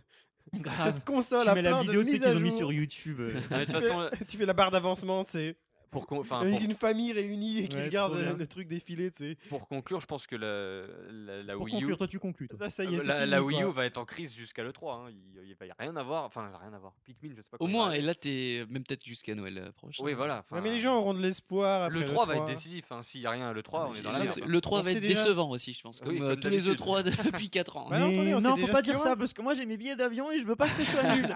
<laughs> Grave. Cette console Tu a mets plein la vidéo de tu sais, mises qu'ils à ont mis jour. sur <laughs> YouTube. euh, Ah, mais de toute façon, <laughs> Tu fais la barre d'avancement, c'est pour qu'on- enfin, Ah, pour avec une famille réunie et qui Ouais, regarde trop bien. euh, le truc défiler, tu sais. Pour conclure, je pense que la, la, la Pour Wii U. conclure, toi, tu conclus. toi. Là, ça euh, y est, c'est la, fini, la Wii quoi. U va être en crise jusqu'à le 3. hein. Il, il va y rien avoir. Enfin, il va rien avoir. Pikmin, je sais pas. Au quand il moins, va et arriver. là, t'es même peut-être jusqu'à Noël euh, prochain. Oui, voilà. Ouais, enfin, mais les gens auront de l'espoir le après 3 va être décisif. hein. S'il y a rien, le 3, on est dans la Le- merde. hein. Le 3 On va sait être déjà. décevant aussi, je pense. Oui, Comme, euh, comme tous les d'habitude. E3 <laughs> depuis 4 ans. Ouais, non, attendez, on sait Bah non, faut déjà pas ce qu'il dire y ça aura. parce que moi j'ai mes billets d'avion et je veux pas que ce <laughs> soit nul.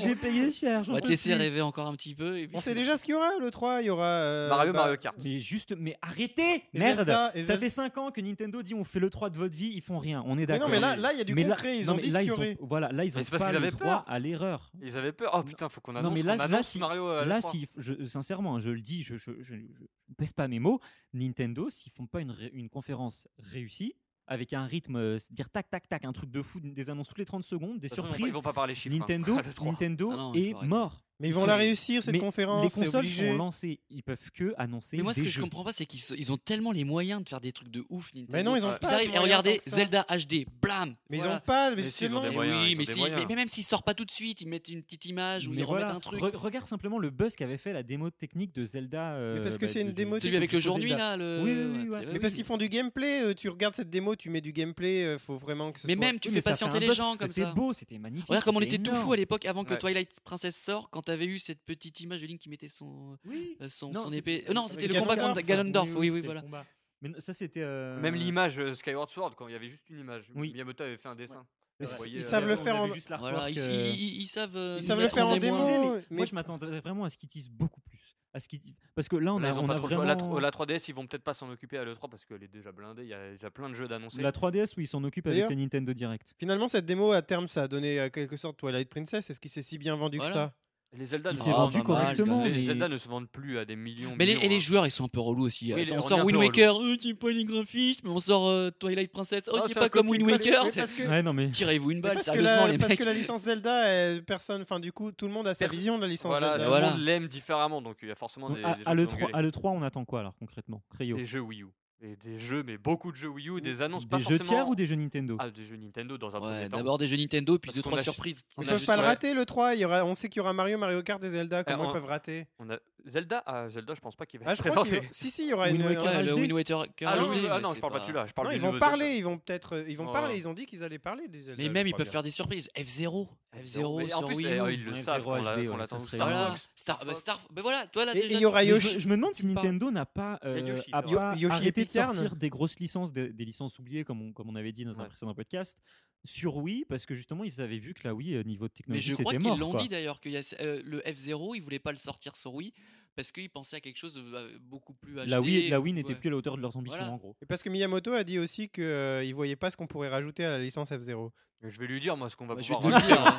j'ai payé cher. j'en On va peux te laisser plus. rêver encore un petit peu. Et puis On sait déjà ce qu'il y aura, le 3. Il y aura. euh, Mario, bah, Mario Kart. Mais juste, mais arrêtez, et merde. Zelda, et Ça Zelda. fait 5 ans que Nintendo dit on fait le 3 de votre vie, ils font rien. On est Mais d'accord. non, mais là, là, il y a du Mais là- concret. Ils non, ont mais dit ce là, qu'il y ils aurait. ont, voilà, là ils ont Mais c'est parce pas qu'ils le avaient droit peur. à l'erreur. Ils avaient peur. Oh putain, faut qu'on Non, annonce, mais là- qu'on là, annonce si- Mario. à la Là, 3. si, je, sincèrement, hein, je le dis, je, je, je- je- je ne pèse pas mes mots. Nintendo, s'ils font pas une, ré- une conférence réussie avec un rythme, euh, dire tac tac tac, un truc de fou, des annonces toutes les 30 secondes, des De toute façon, Ils surprises. vont pas parler chiffres. hein, Nintendo, <laughs> le 3. Nintendo Ah non, il est faut arrêter. mort. Mais Ils ils vont sont- la réussir, cette mais conférence. Les c'est consoles obligé. sont lancées, ils peuvent que annoncer. Mais moi, ce des que je jeux. comprends pas, c'est qu'ils se- ils ont tellement les moyens de faire des trucs de ouf, Nintendo. Mais non, ils ont pas. Ils Ils de arrivent, et moyens regardez, tant que ça. Zelda HD, blam Mais ils Voilà. ont pas, mais Mais si, ils justement. ont des Eh moyens, oui, ils ont mais, des si- moyens. mais- mais même s'il sort pas tout de suite, ils mettent une petite image ou Mais ils remettent voilà, un truc. re- regarde simplement le buzz qu'avait fait la démo technique de Zelda. euh, Mais parce que bah, c'est une de- démo de- Celui avec le Zelda. jour-nuit, là. Le... Oui, oui, oui, ouais. bah Mais parce oui. qu'ils font du gameplay, euh, tu regardes cette démo, tu mets du gameplay, euh, faut vraiment que ce Mais soit. même, tu Oui, fais mais ça fait patienter un les buzz, gens comme ça. C'était beau, c'était magnifique. Regarde comme on c'était était tout énorme. fou à l'époque avant que Ouais. Twilight Princess sort, quand t'avais eu cette petite image de Link qui mettait son, Oui. euh, son, Non, son c'est- épée. Euh, non, c'était avec le combat Ganondorf, contre ça. Ganondorf, oui, oui, c'était le voilà. combat. Mais non, ça, c'était. euh, Même l'image euh, Skyward Sword, quand il y avait juste une image. Oui. Miyamoto avait fait un dessin. mais Ils c'est- voyaient, euh, savent le on faire avait en- juste Voilà, l'artwork, ils, euh, ils- ils- ils savent. euh, Ils nous savent le faire en apprendre des démo, mots. mais mais- Moi, je m'attendrais vraiment à ce qu'ils teasent beaucoup plus. à ce qui parce que là on Là, a, ils ont on pas a trop le choix. La vraiment tro- La, 3DS, ils vont peut-être pas s'en occuper à l'E3 parce qu'elle est déjà blindée. Il y a déjà plein de jeux d'annoncés. la 3DS où ils s'en occupent avec D'ailleurs- le Nintendo Direct. Finalement, cette démo à terme, ça a donné euh, quelque sorte Twilight Princess. Est-ce qu'il s'est si bien vendu Voilà. que ça Les Zelda, Il ne s'est se- Ah, vendu pas mal, correctement les mais- Zelda ne se vendent plus à des millions. Mais les, millions, et les hein. joueurs, ils sont un peu relous aussi. Oui, Attends, les- on on est un sort peu Wind Waker, euh, j'aime pas les graphismes, on sort euh, Twilight Princess, oh, Ah, c'est c'est pas un comme copie- Wind parce Waker. Mais parce que- Ouais non mais Tirez-vous une mais balle, parce que sérieusement, la, les parce mecs. que la licence Zelda, elle- personne, enfin du coup, tout le monde a sa Perso- vision de la licence Voilà, Zelda. tout le Voilà. monde l'aime différemment, donc il y a forcément Donc, des, à, des à gens qui le vont 3, gueuler. à l'E3, on attend quoi alors concrètement Crayo des jeux Wii U, et des jeux, mais beaucoup de jeux Wii U, des annonces pas Des jeux forcément- tiers ou des jeux Nintendo ah, des jeux Nintendo dans un Ouais, premier temps. d'abord des jeux Nintendo, puis Parce deux qu'on trois a- surprises. on Ils a peuvent juste- pas le ouais. rater le 3, il y aura, on sait qu'il y aura Mario, Mario Kart et Zelda, comment on- ils peuvent rater On a Zelda, ah, Zelda, je pense pas qu'il va Ah, être je crois présenté. qu'ils- Si si, il y aura Wind une Waker, un- Ouais, le HD. Wind Waker. Ah, HD, non, ah, mais non, c'est je parle pas de celui-là, je parle Non, du ils vont nouveau Zelda. parler, ils vont peut-être euh, ils vont Ouais. parler, ils ont dit qu'ils allaient parler du Zelda. Mais je même, ils crois peuvent bien. faire des surprises. F0, F0 Mais en sur plus, Wii U. eh, ils le Ouais, savent, F0 qu'on l'a- HD, qu'on ouais, l'attend. ça serait Star vraiment- Fox, Star, Fox. Star, ben voilà, toi là Et- Et déjà. il y aura Mais je, me- Ah, Yoshi. je me demande si tu parles. Nintendo n'a pas, euh, Il y a Yoshi, a c'est vrai. pas Yoshi et arrêté de Pitcairn. sortir des grosses licences, des, des licences oubliées comme on, comme on avait dit dans un Ouais. précédent podcast sur Wii parce que justement ils avaient vu que la Wii euh, niveau de Mais technologie je crois c'était qu'ils mort. l'ont quoi. dit d'ailleurs que euh, le F0, ils voulaient pas le sortir sur Wii parce qu'ils pensaient à quelque chose de euh, beaucoup plus HD. La Wii, la Wii beaucoup- n'était ouais. plus à la hauteur de leurs ambitions Voilà. en gros. Et parce que Miyamoto a dit aussi que euh, il voyait pas ce qu'on pourrait rajouter à la licence F0. Mais Je vais lui dire, moi, ce qu'on va Bah, je vais pouvoir. te le dire. <laughs> hein.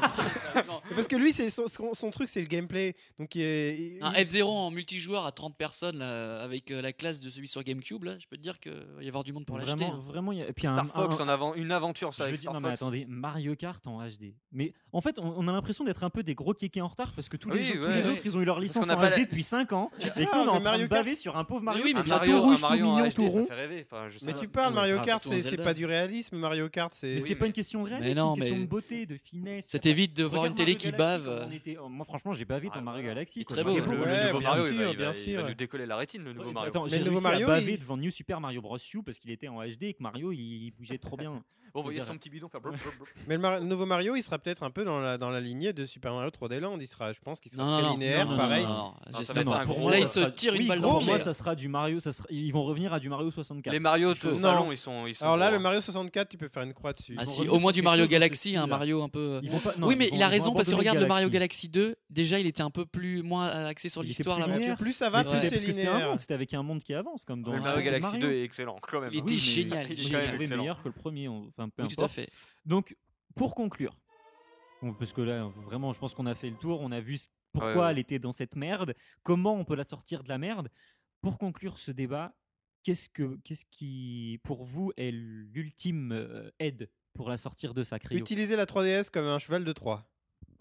Sérieusement. Mais Parce que lui, c'est son, son- son truc, c'est le gameplay. Donc il est- il- Un F0 en multijoueur à 30 personnes là, avec euh, la classe de celui sur GameCube, là, je peux te dire qu'il va y avoir du monde pour l'acheter. Vraiment, hein. vraiment. il y a- et puis un- Star Fox un- en avant, une aventure, Je ça. veux avec dire, Star non mais Fox. attendez, Mario Kart en HD. Mais en fait, on, on a l'impression d'être un peu des gros kékés en retard parce que tous les, Oui, jeux- tous ouais, les ouais. autres, ils ont eu leur licence qu'on n'a en pas HD la- depuis 5 ans. Tu Et parles puis on est de en train de Mario baver sur un pauvre Mario oui, mais Kart, Un c'est là, bien tout Mario- un rouge, tout Mario en mignon, HD, tout rond. Ça fait rêver. Enfin, je sais Mais pas. tu parles Mario Ah, Kart, surtout en c'est c'est Zelda. pas du réalisme. Mario Kart, c'est Mais Oui, c'est pas mais- une question réelle, Mais c'est non, une question mais- de beauté, de finesse. Ça t'évite de voir Regarde une télé qui Mario Galaxy, bave. comme euh. on était- oh, Moi, franchement, j'ai bavé Ah, dans Mario voilà. Galaxy. Il est quoi. très Le, beau, J'ai hein. le- le beaucoup aimé. Ouais, nouveau bien Mario, sûr, il va, il bien va- il va sûr. nous décoller la rétine, le nouveau Mario. Attends, Mais j'ai le nouveau réussi à Mario, baver il- devant New Super Mario Bros. U parce qu'il était en HD et que Mario il bougeait trop bien. On voyait dire- son petit bidon faire blop, blop, blop. Mais le, Mar- le nouveau Mario, il sera peut-être un peu dans la, dans la lignée de Super Mario 3D Land. Il sera, je pense qu'il sera Non, très non, linéaire, non, pareil. Non, non, ça j'espère va être pas. Ah, un pour gros- moi, Là, Ah, ça il se sera- tire oui, une balle gros, dans Pour le mais- moi, pied. ça sera du Mario, ça sera- ils vont revenir à du Mario 64. Les Mario Plutôt. de salon, Non. ils sont. Ils sont Alors là, gros, le hein. Mario 64, tu peux faire une croix dessus. Ah vont si, revenir au moins sur du quelque Mario chose dans ce Galaxy, un style-là. Mario un peu. euh, Ils vont pas- non, oui, ils mais vont- il a ils vont raison parce que abandonner regarde le Mario Galaxy. Galaxy 2, déjà il était un peu plus moins axé sur Il était l'histoire plus là. linéaire. Plus Ah, bah, ça va, Mais plus c'était c'est parce que c'était un linéaire. monde, c'était avec un monde qui avance comme dans Le Mario Galaxy 2 est excellent, quand même. Il hein. était Oui, mais- génial. il est J'ai quand même génial. trouvé excellent. meilleur que le premier, on- enfin peu Oui, tout à importe. fait. Donc, pour conclure, bon, parce que là, vraiment, je pense qu'on a fait le tour, on a vu ce- pourquoi Ouais, ouais. elle était dans cette merde, comment on peut la sortir de la merde. Pour conclure ce débat, qu'est-ce que, qu'est-ce qui, pour vous, est l'ultime euh, aide pour la sortir de sa cryo Utiliser la 3DS comme un cheval de Troie.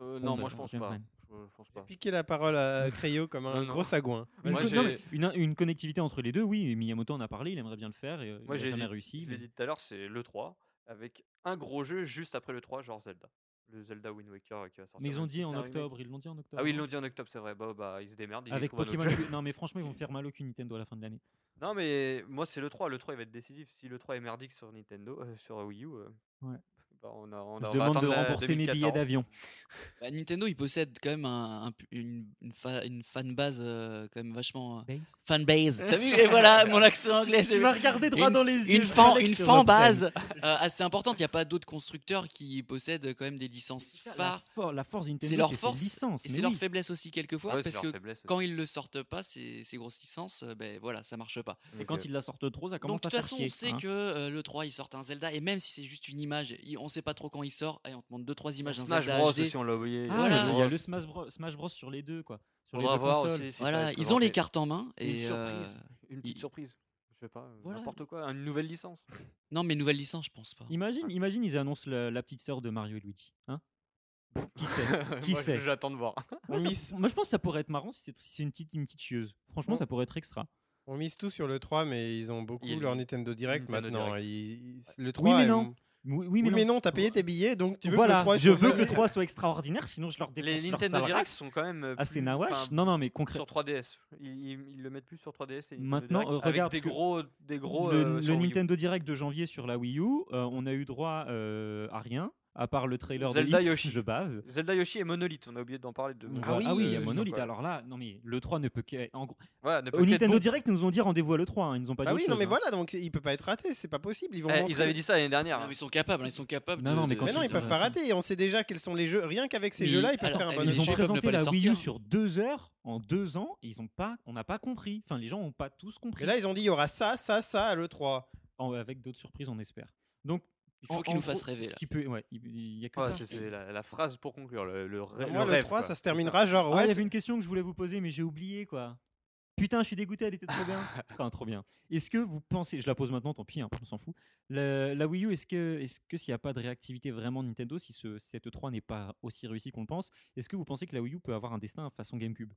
Euh, Bon, Non, bah, moi je pense bien pas. vrai. Je je pense pas. Piquer la parole à Crayo comme un Non, non. gros sagouin. Une, Moi, co- j'ai- non, mais une, une connectivité entre les deux, oui. Miyamoto en a parlé, il aimerait bien le faire. Et, euh, Moi, il j'ai n'a jamais dit- réussi. Je l'ai mais- dit tout à l'heure, c'est le 3 avec un gros jeu juste après le 3, genre Zelda. Le Zelda Wind Waker euh, qui va sortir. Mais ils ont même si dit en c'est un remake. octobre, ils l'ont dit en octobre. Ah oui, ils hein. l'ont dit en octobre, c'est vrai. Bah, bah ils se démerdent. ils Avec trouvent un autre Pokémon. jeu. Go- Non, mais franchement, ils vont faire mal au cul Nintendo à la fin de l'année. Non, mais moi, c'est le 3. Le 3, il va être décisif. Si le 3 est merdique sur Nintendo, euh, sur Wii U, euh, Ouais. bah, on, a, on, a- Je on va demande de attendre la rembourser mes billets 2014. d'avion. Bah, Nintendo, il possède quand même un- un- une, une, fa- une fanbase euh, quand même vachement euh, <laughs> fanbase. T'as vu Et voilà mon accent anglais. c'est- Tu m'as regardé droit une, dans les yeux. Une fan, une fanbase euh, assez importante. Il n'y a pas d'autres constructeurs qui possèdent quand même des licences La, phares. for- la force d'une C'est Nintendo, leur c'est ses force licences. Et mais c'est leur oui. faiblesse aussi quelquefois Ah ouais, c'est parce leur que faiblesse aussi. quand ils le sortent pas, ces, ces grosses licences, euh, ben voilà, ça marche pas. Et quand ils la sortent trop, ça commence Donc de à toute faire façon, chier, on sait hein. que euh, le 3 il sort un Zelda et même si c'est juste une image, il- on sait pas trop quand il sort. Et on te montre deux trois images d'un Smash Zelda Bros HD. aussi, on l'a oublié. Ah, Voilà. Il y a le Smash Bros, Smash Bros sur les deux, quoi. Sur On les va deux voir consoles. aussi. si ça va Voilà, être ils ont les présenté. cartes en main Une et surprise. euh, Une il- petite surprise. Je sais pas, euh, Voilà. n'importe quoi, une nouvelle licence. non mais nouvelle licence, je pense pas. Imagine, imagine, ils annoncent la, la petite sœur de Mario et Luigi. Hein Qui sait <laughs> Qui Moi, sait J'attends de voir. On Ouais, ça- mise, Moi, je pense que ça pourrait être marrant si c'est si c'est une petite, une petite chieuse. Franchement, Bon. ça pourrait être extra. on mise tout sur le 3, mais ils ont beaucoup Il- leur Nintendo Direct Nintendo maintenant. Direct. Ils- ils- Le 3 mais est- non. Oui, oui, Oui, mais, mais non, t'as payé tes billets, donc tu veux que voilà, le 3 je veux que le 3 soit extraordinaire, sinon je leur défonce Les leur Nintendo sale Direct race. sont quand même. euh, Ah, c'est plus- Nawash enfin, Non, non, mais concrètement. sur 3DS. Ils, ils- ils le mettent plus sur 3DS. Et Nintendo Maintenant, Direct, euh, regarde, avec parce que des gros, des gros. le, euh, le sur Wii U. Nintendo Direct de janvier sur la Wii U, euh, on a eu droit euh, à rien. à part le trailer Zelda de X, Yoshi. je bave. Zelda Yoshi et Monolith, on a oublié d'en parler. De... Ah, oui, il y a euh, Monolith. voilà. Alors là, non mais le 3 ne peut qu'être. en gros- Voilà, ne peut Au qu'être Nintendo bon. Direct, ils nous ont dit rendez-vous à le 3. hein, Ils nous ont pas dit Bah oui, autre non chose, mais hein. voilà, donc il peut pas être raté, c'est pas possible. Ils vont Eh, montrer- ils avaient dit ça l'année dernière. Non, Ah hein. mais ils sont capables, hein, ils sont capables. Non, de- non, mais de- quand Mais non, tu- ils peuvent pas rater. On sait déjà quels sont les jeux. Rien qu'avec ces Mais jeux-là, ils peuvent alors, faire un eh, bon mais Ils ont jeux, ils peuvent ne présenté pas les la Wii U sortir. sur deux heures, en deux ans, et ils ont pas, on n'a pas compris. Enfin, les gens n'ont pas tous compris. Et là, ils ont dit il y aura ça, ça, ça à l'E3. En- avec d'autres surprises, on espère. Donc, Il faut en- qu'ils en nous fassent gros, rêver, ce là. qui peut, ouais, il il y a que Ouais, ça. c'est- c'est la, la phrase pour conclure. Le, le, rê- Moi, le l'E3, rêve, quoi. ça se terminera genre, Ah, il ouais, y c'est- avait une question que je voulais vous poser, mais j'ai oublié quoi. Putain, je suis dégoûté, elle était trop bien. Enfin, trop bien. Est-ce que vous pensez, je la pose maintenant, tant pis, hein, on s'en fout. La, la Wii U, est-ce que, est-ce que s'il n'y a pas de réactivité vraiment de Nintendo, si ce, cette 3 n'est pas aussi réussie qu'on le pense, est-ce que vous pensez que la Wii U peut avoir un destin façon GameCube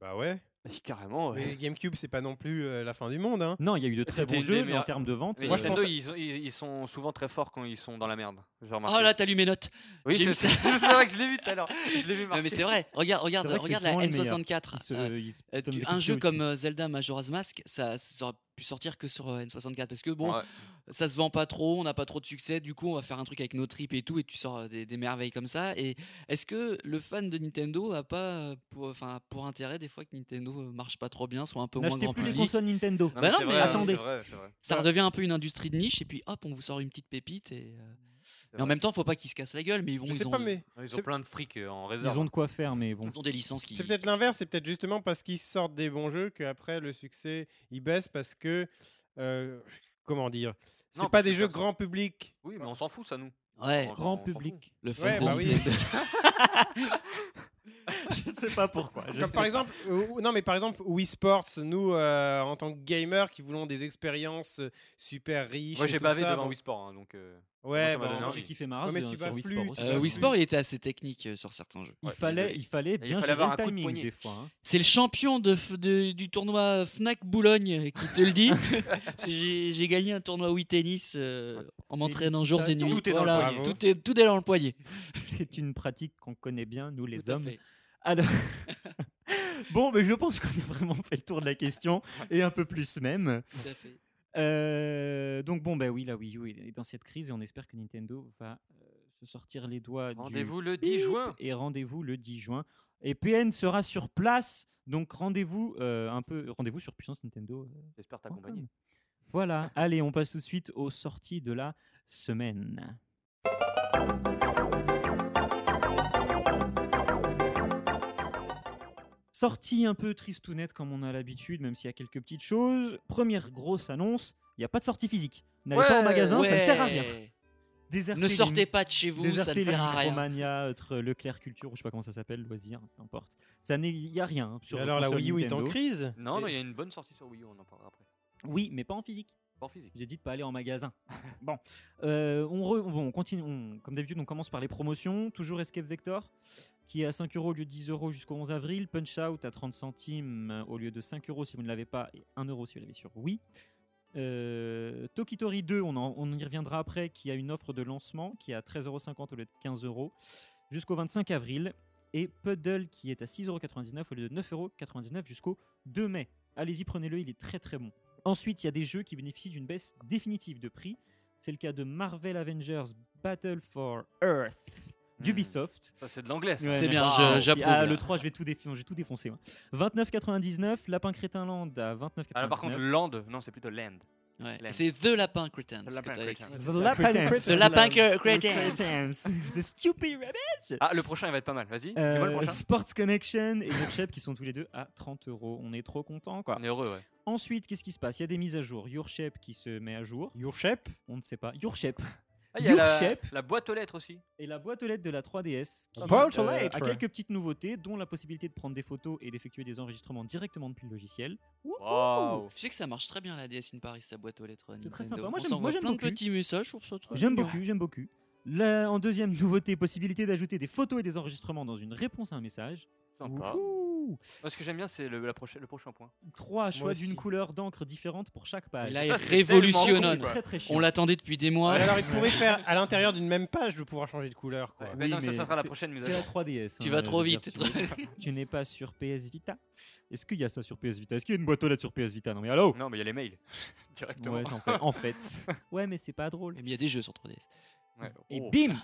Bah ouais. Et <laughs> Carrément, ouais. Mais GameCube, c'est pas non plus euh, la fin du monde. Hein. Non, il y a eu de très C'était bons une des jeux, mais en meilleures- termes de vente, euh, Mais Moi, je Nintendo, pense- ils, ont- ils- ils sont souvent très forts quand ils sont dans la merde. J'ai remarqué. Oh là, t'as lu mes notes. oui, j'ai je vu sais. <laughs> c'est vrai que je l'ai vu tout à l'heure. Je l'ai vu Non, marquer. mais c'est vrai. Regarde, regarde, vrai que c'est regarde la souvent le meilleur. N64. ils se- euh, ils se euh, donnent tu- des un coups de jeu pied au comme euh, Zelda Majora's Mask, ça, ça aurait pu sortir que sur euh, N64 parce que bon, Bah Ouais. ça se vend pas trop, on n'a pas trop de succès, du coup on va faire un truc avec nos tripes et tout, et tu sors euh, des, des merveilles comme ça. Et est-ce que le fan de Nintendo a pas euh, pour, enfin, pour intérêt des fois que Nintendo euh, marche pas trop bien, soit un peu moins N'achetez grand plus les public consoles Nintendo. Non, Bah non, c'est mais vrai, hein, attendez. c'est vrai, c'est vrai. Ça redevient un peu une industrie de niche, et puis hop, on vous sort une petite pépite. Et, euh, mais en vrai. même temps, faut pas qu'ils se cassent la gueule, mais bon, Je ils, sais ont, pas, mais Ils C'est- ont plein de fric euh, en Ils réserve. ont de quoi faire, mais bon. ils ont des licences qui. C'est peut-être l'inverse, c'est peut-être justement parce qu'ils sortent des bons jeux qu'après le succès il baisse parce que. euh, comment dire Non, C'est pas parce des que jeux personne- grand public. Oui, mais on s'en fout, ça nous. Ouais, On- on Grand s'en public. <laughs> le fan Ouais, de bah oui. <laughs> Nintendo. je sais pas pourquoi. je Comme sais par pas. exemple, euh, ou- non mais par exemple Wii Sports, nous euh, en tant que gamers qui voulons des expériences euh, super riches. fout. Moi, et j'ai tout bavé ça, devant bon. Wii Sport. hein, donc, euh, Moi, Ouais, ça m'a bah, donné on- envie. J'ai kiffé Maras Ouais, mais de- tu sur vas Wii plus, Sport tu aussi. vas Euh, plus. Wii Sport, il était assez technique euh, sur certains jeux. Il Ouais, fallait, désolé. il fallait il bien gérer fallait avoir le un coup de timing poignet. des fois. hein. <laughs> C'est le champion de, f- de- du tournoi Fnac Boulogne qui te le dit. Parce que J'ai j'ai gagné un tournoi Wii Tennis euh, en m'entraînant jours et nuits. Tout est dans le Voilà, poignet. Tout est, tout est dans le poignet. C'est une pratique qu'on connaît bien, nous les Tout à hommes. fait. Alors... <laughs> bon, mais je pense qu'on a vraiment fait le tour de la <laughs> question, et un peu plus même. Tout à fait. Euh, donc bon, bah oui, la Wii U est dans cette crise, et on espère que Nintendo va euh, se sortir les doigts du... Rendez-vous le 10 juin. Et rendez-vous le 10 juin. Et PN sera sur place, donc rendez-vous euh, un peu... Rendez-vous sur Puissance Nintendo. euh, J'espère point com. t'accompagner. Voilà, allez, on passe tout de suite aux sorties de la semaine. Sortie un peu tristounette comme on a l'habitude, même s'il y a quelques petites choses. Première grosse annonce, il n'y a pas de sortie physique. N'allez pas au Ouais, magasin, ça ne Ouais. sert à rien. Désertez Ne les- sortez pas de chez vous, désertez ça ne les sert à rien. Micromania, autres, euh, Leclerc Culture, ou je sais pas comment ça s'appelle, Loisirs, peu importe. Ça n'est- Il n'y a rien. hein, sur Et alors la console Wii U est en Nintendo. crise. Non, Et- non, il y a une bonne sortie sur Wii U, on en parlera après. Oui, mais pas en physique. Pas en physique. J'ai dit de pas aller en magasin. <laughs> bon, Euh, on, re- bon, on continue. on- comme d'habitude, on commence par les promotions. Toujours Escape Vector, qui est à 5 euros au lieu de 10 euros jusqu'au 11 avril. Punch Out à 30 centimes euh, au lieu de 5 euros si vous ne l'avez pas et 1 euro si vous l'avez sur oui. Tokitori 2, on, en- on y reviendra après, qui a une offre de lancement qui est à 13,50€ au lieu de 15 euros jusqu'au 25 avril. Et Puddle qui est à 6,99€ au lieu de 9,99€ jusqu'au 2 mai. Allez-y, prenez-le, il est très très bon. Ensuite, il y a des jeux qui bénéficient d'une baisse définitive de prix. C'est le cas de Marvel Avengers Battle for Earth d'Ubisoft. Ça, Hmm. c'est de l'anglais. ça. Mmh. Ouais, c'est bien, merci. je- Ah, si- j'approuve, Ah, là. le 3, je vais tout, déf- je vais tout défoncer. moi. 29,99. Lapin Crétinland à 29,99. Ah, là, par contre, Land, non, c'est plutôt Land. Euh, Ouais. Land. C'est The Lapin Cretin. The Lapin Crétin. The Lapin Lapin Cretin. The Cretin. Lapin Cretin. Crétins. <laughs> The stupid rabbit. Ah, le prochain, il va être pas mal. Vas-y, dis-moi Euh, le prochain. Sports Connection et Nurchep qui sont tous les deux à 30 euros. On est trop contents, quoi. On est heureux, ouais. Ensuite, qu'est-ce qui se passe Il y a des mises à jour. Your Shape qui se met à jour. Your Shape. On ne sait pas. Your Shape. Ah, il y a Your la, Shape. la boîte aux lettres aussi. Et la boîte aux lettres de la 3DS qui Boîte aux euh, lettres. a quelques petites nouveautés, dont la possibilité de prendre des photos et d'effectuer des enregistrements directement depuis le logiciel. Wouhou Waouh. Tu sais que ça marche très bien la DS in Paris, sa boîte aux lettres. Nintendo. très sympa. Moi, On j'aime- s'envoie moi, j'aime plein de beaucoup. petits messages sur ce truc. J'aime beaucoup, j'aime beaucoup. Là, en deuxième nouveauté, possibilité d'ajouter des photos et des enregistrements dans une réponse à un message. Sympa. Wouhou Moi, ce que j'aime bien, c'est le, la prochaine- le prochain point. Trois, choix aussi. d'une couleur d'encre différente pour chaque page. Là, Ça, il c'est tellement révolutionne. cool, quoi. très très chiant. On <laughs> l'attendait depuis des mois. Ouais, alors ils pourraient faire à l'intérieur d'une même page de pouvoir changer de couleur. Quoi. Ouais, bah, mais Oui, non, ça, mais ça sera la c'est- prochaine mise à C'est la jour. 3DS. Tu hein, vas je trop veux dire, vite. tu- Tu n'es pas sur PS Vita. Est-ce qu'il y a ça sur PS Vita Est-ce qu'il y a une boîte aux lettres sur PS Vita Non mais allô <laughs> Non, mais il y a les mails. Oh. Directement. Eh Ouais, ça en fait. en fait. Ouais, mais c'est pas drôle. Mais il y a des jeux sur 3DS. Et Oh. bim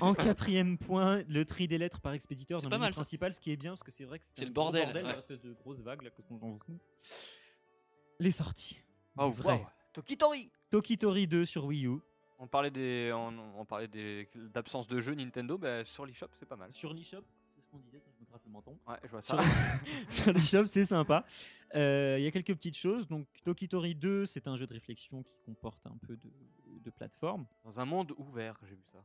En quatrième point, le tri des lettres par expéditeur C'est dans pas le mal, menu ça. principal, ce qui est bien parce que c'est vrai que C'est un le gros bordel, bordel ouais. une espèce de grosse vague là, qu'on vend beaucoup. Les sorties. Oh, vrai. wow. Tokitori Tokitori 2 sur Wii U. On parlait des, on, on parlait des, d'absence de jeux Nintendo, bah, sur l'eShop c'est pas mal. Sur l'eShop, c'est ce qu'on disait quand je me gratte le menton. Ouais, je vois ça. Sur, <laughs> sur l'eShop, c'est sympa. Euh, Il y a quelques petites choses. Donc, Tokitori 2, c'est un jeu de réflexion qui comporte un peu de, de plateforme. Dans un monde ouvert, j'ai vu ça.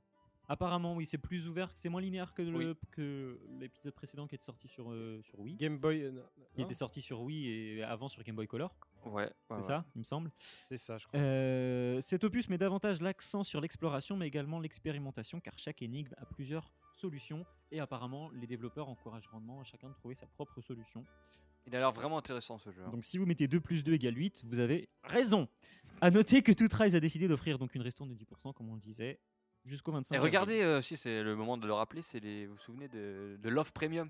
Apparemment, oui, c'est plus ouvert, que- c'est moins linéaire que le- Oui. que l'épisode précédent qui était sorti sur, euh, sur Wii. Game Boy. euh, non, Il non, était sorti sur Wii et avant sur Game Boy Color, Ouais. c'est ça, il me semble. C'est ça, je crois. Euh, cet opus met davantage l'accent sur l'exploration, mais également l'expérimentation, car chaque énigme a plusieurs solutions, et apparemment, les développeurs encouragent grandement à chacun de trouver sa propre solution. Il a l'air vraiment intéressant ce jeu. hein. Donc si vous mettez 2 plus 2 égale 8, vous avez raison. À noter que Two Rise a décidé d'offrir donc une restourne de 10%, comme on le disait, jusqu'au 25 Et avril. regardez, euh, si c'est le moment de le rappeler, c'est les, vous vous souvenez de, de l'offre premium.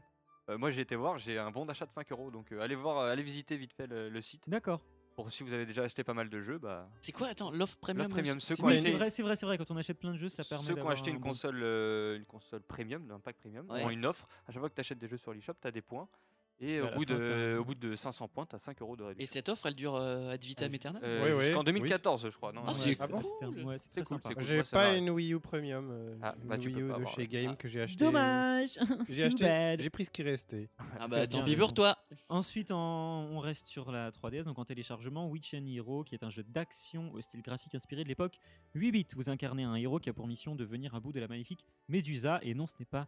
Euh, moi j'ai été voir, j'ai un bon d'achat de 5 euros, donc euh, allez voir, euh, allez visiter vite fait le, le site. D'accord. Pour si vous avez déjà acheté pas mal de jeux, bah C'est quoi, attends, l'offre premium l'offre premium, là, ceux C'est qui quoi, ont oui, acheter- c'est acheté, vrai, c'est vrai, c'est vrai, quand on achète plein de jeux, ça permet ceux qui ont d'avoir acheté un une bon- console, euh, une console premium, d'un pack premium, Ouais. ont une offre. À chaque fois que tu achètes des jeux sur l'eShop, tu as des points. Et Bah, À au la bout, fin, de, t'as- au bout de 500 points, tu as 5 euros de Et réduction. cette offre, elle dure euh, ad vitam Ah, aeternam Euh, Ouais, ouais. Jusqu'en Oui, 2014, je crois. Non, Ah, non, c'est ouais. Ah bon cool. C'était un- ouais, c'est C'est très cool, sympa. c'est cool. J'ai moi, ça pas m'a- une Wii U Premium. euh, Ah, une bah, tu Wii peux U pas de avoir. chez Game que j'ai acheté. Dommage. J'ai Too acheté. bad. J'ai pris ce qui restait. Ah Tu bah as bien tant pis pour raison. toi Ensuite, en- on reste sur la 3DS, donc en téléchargement, Witch and Hero, qui est un jeu d'action au style graphique inspiré de l'époque 8 bits. Vous incarnez un héros qui a pour mission de venir à bout de la magnifique Medusa, et non, ce n'est pas.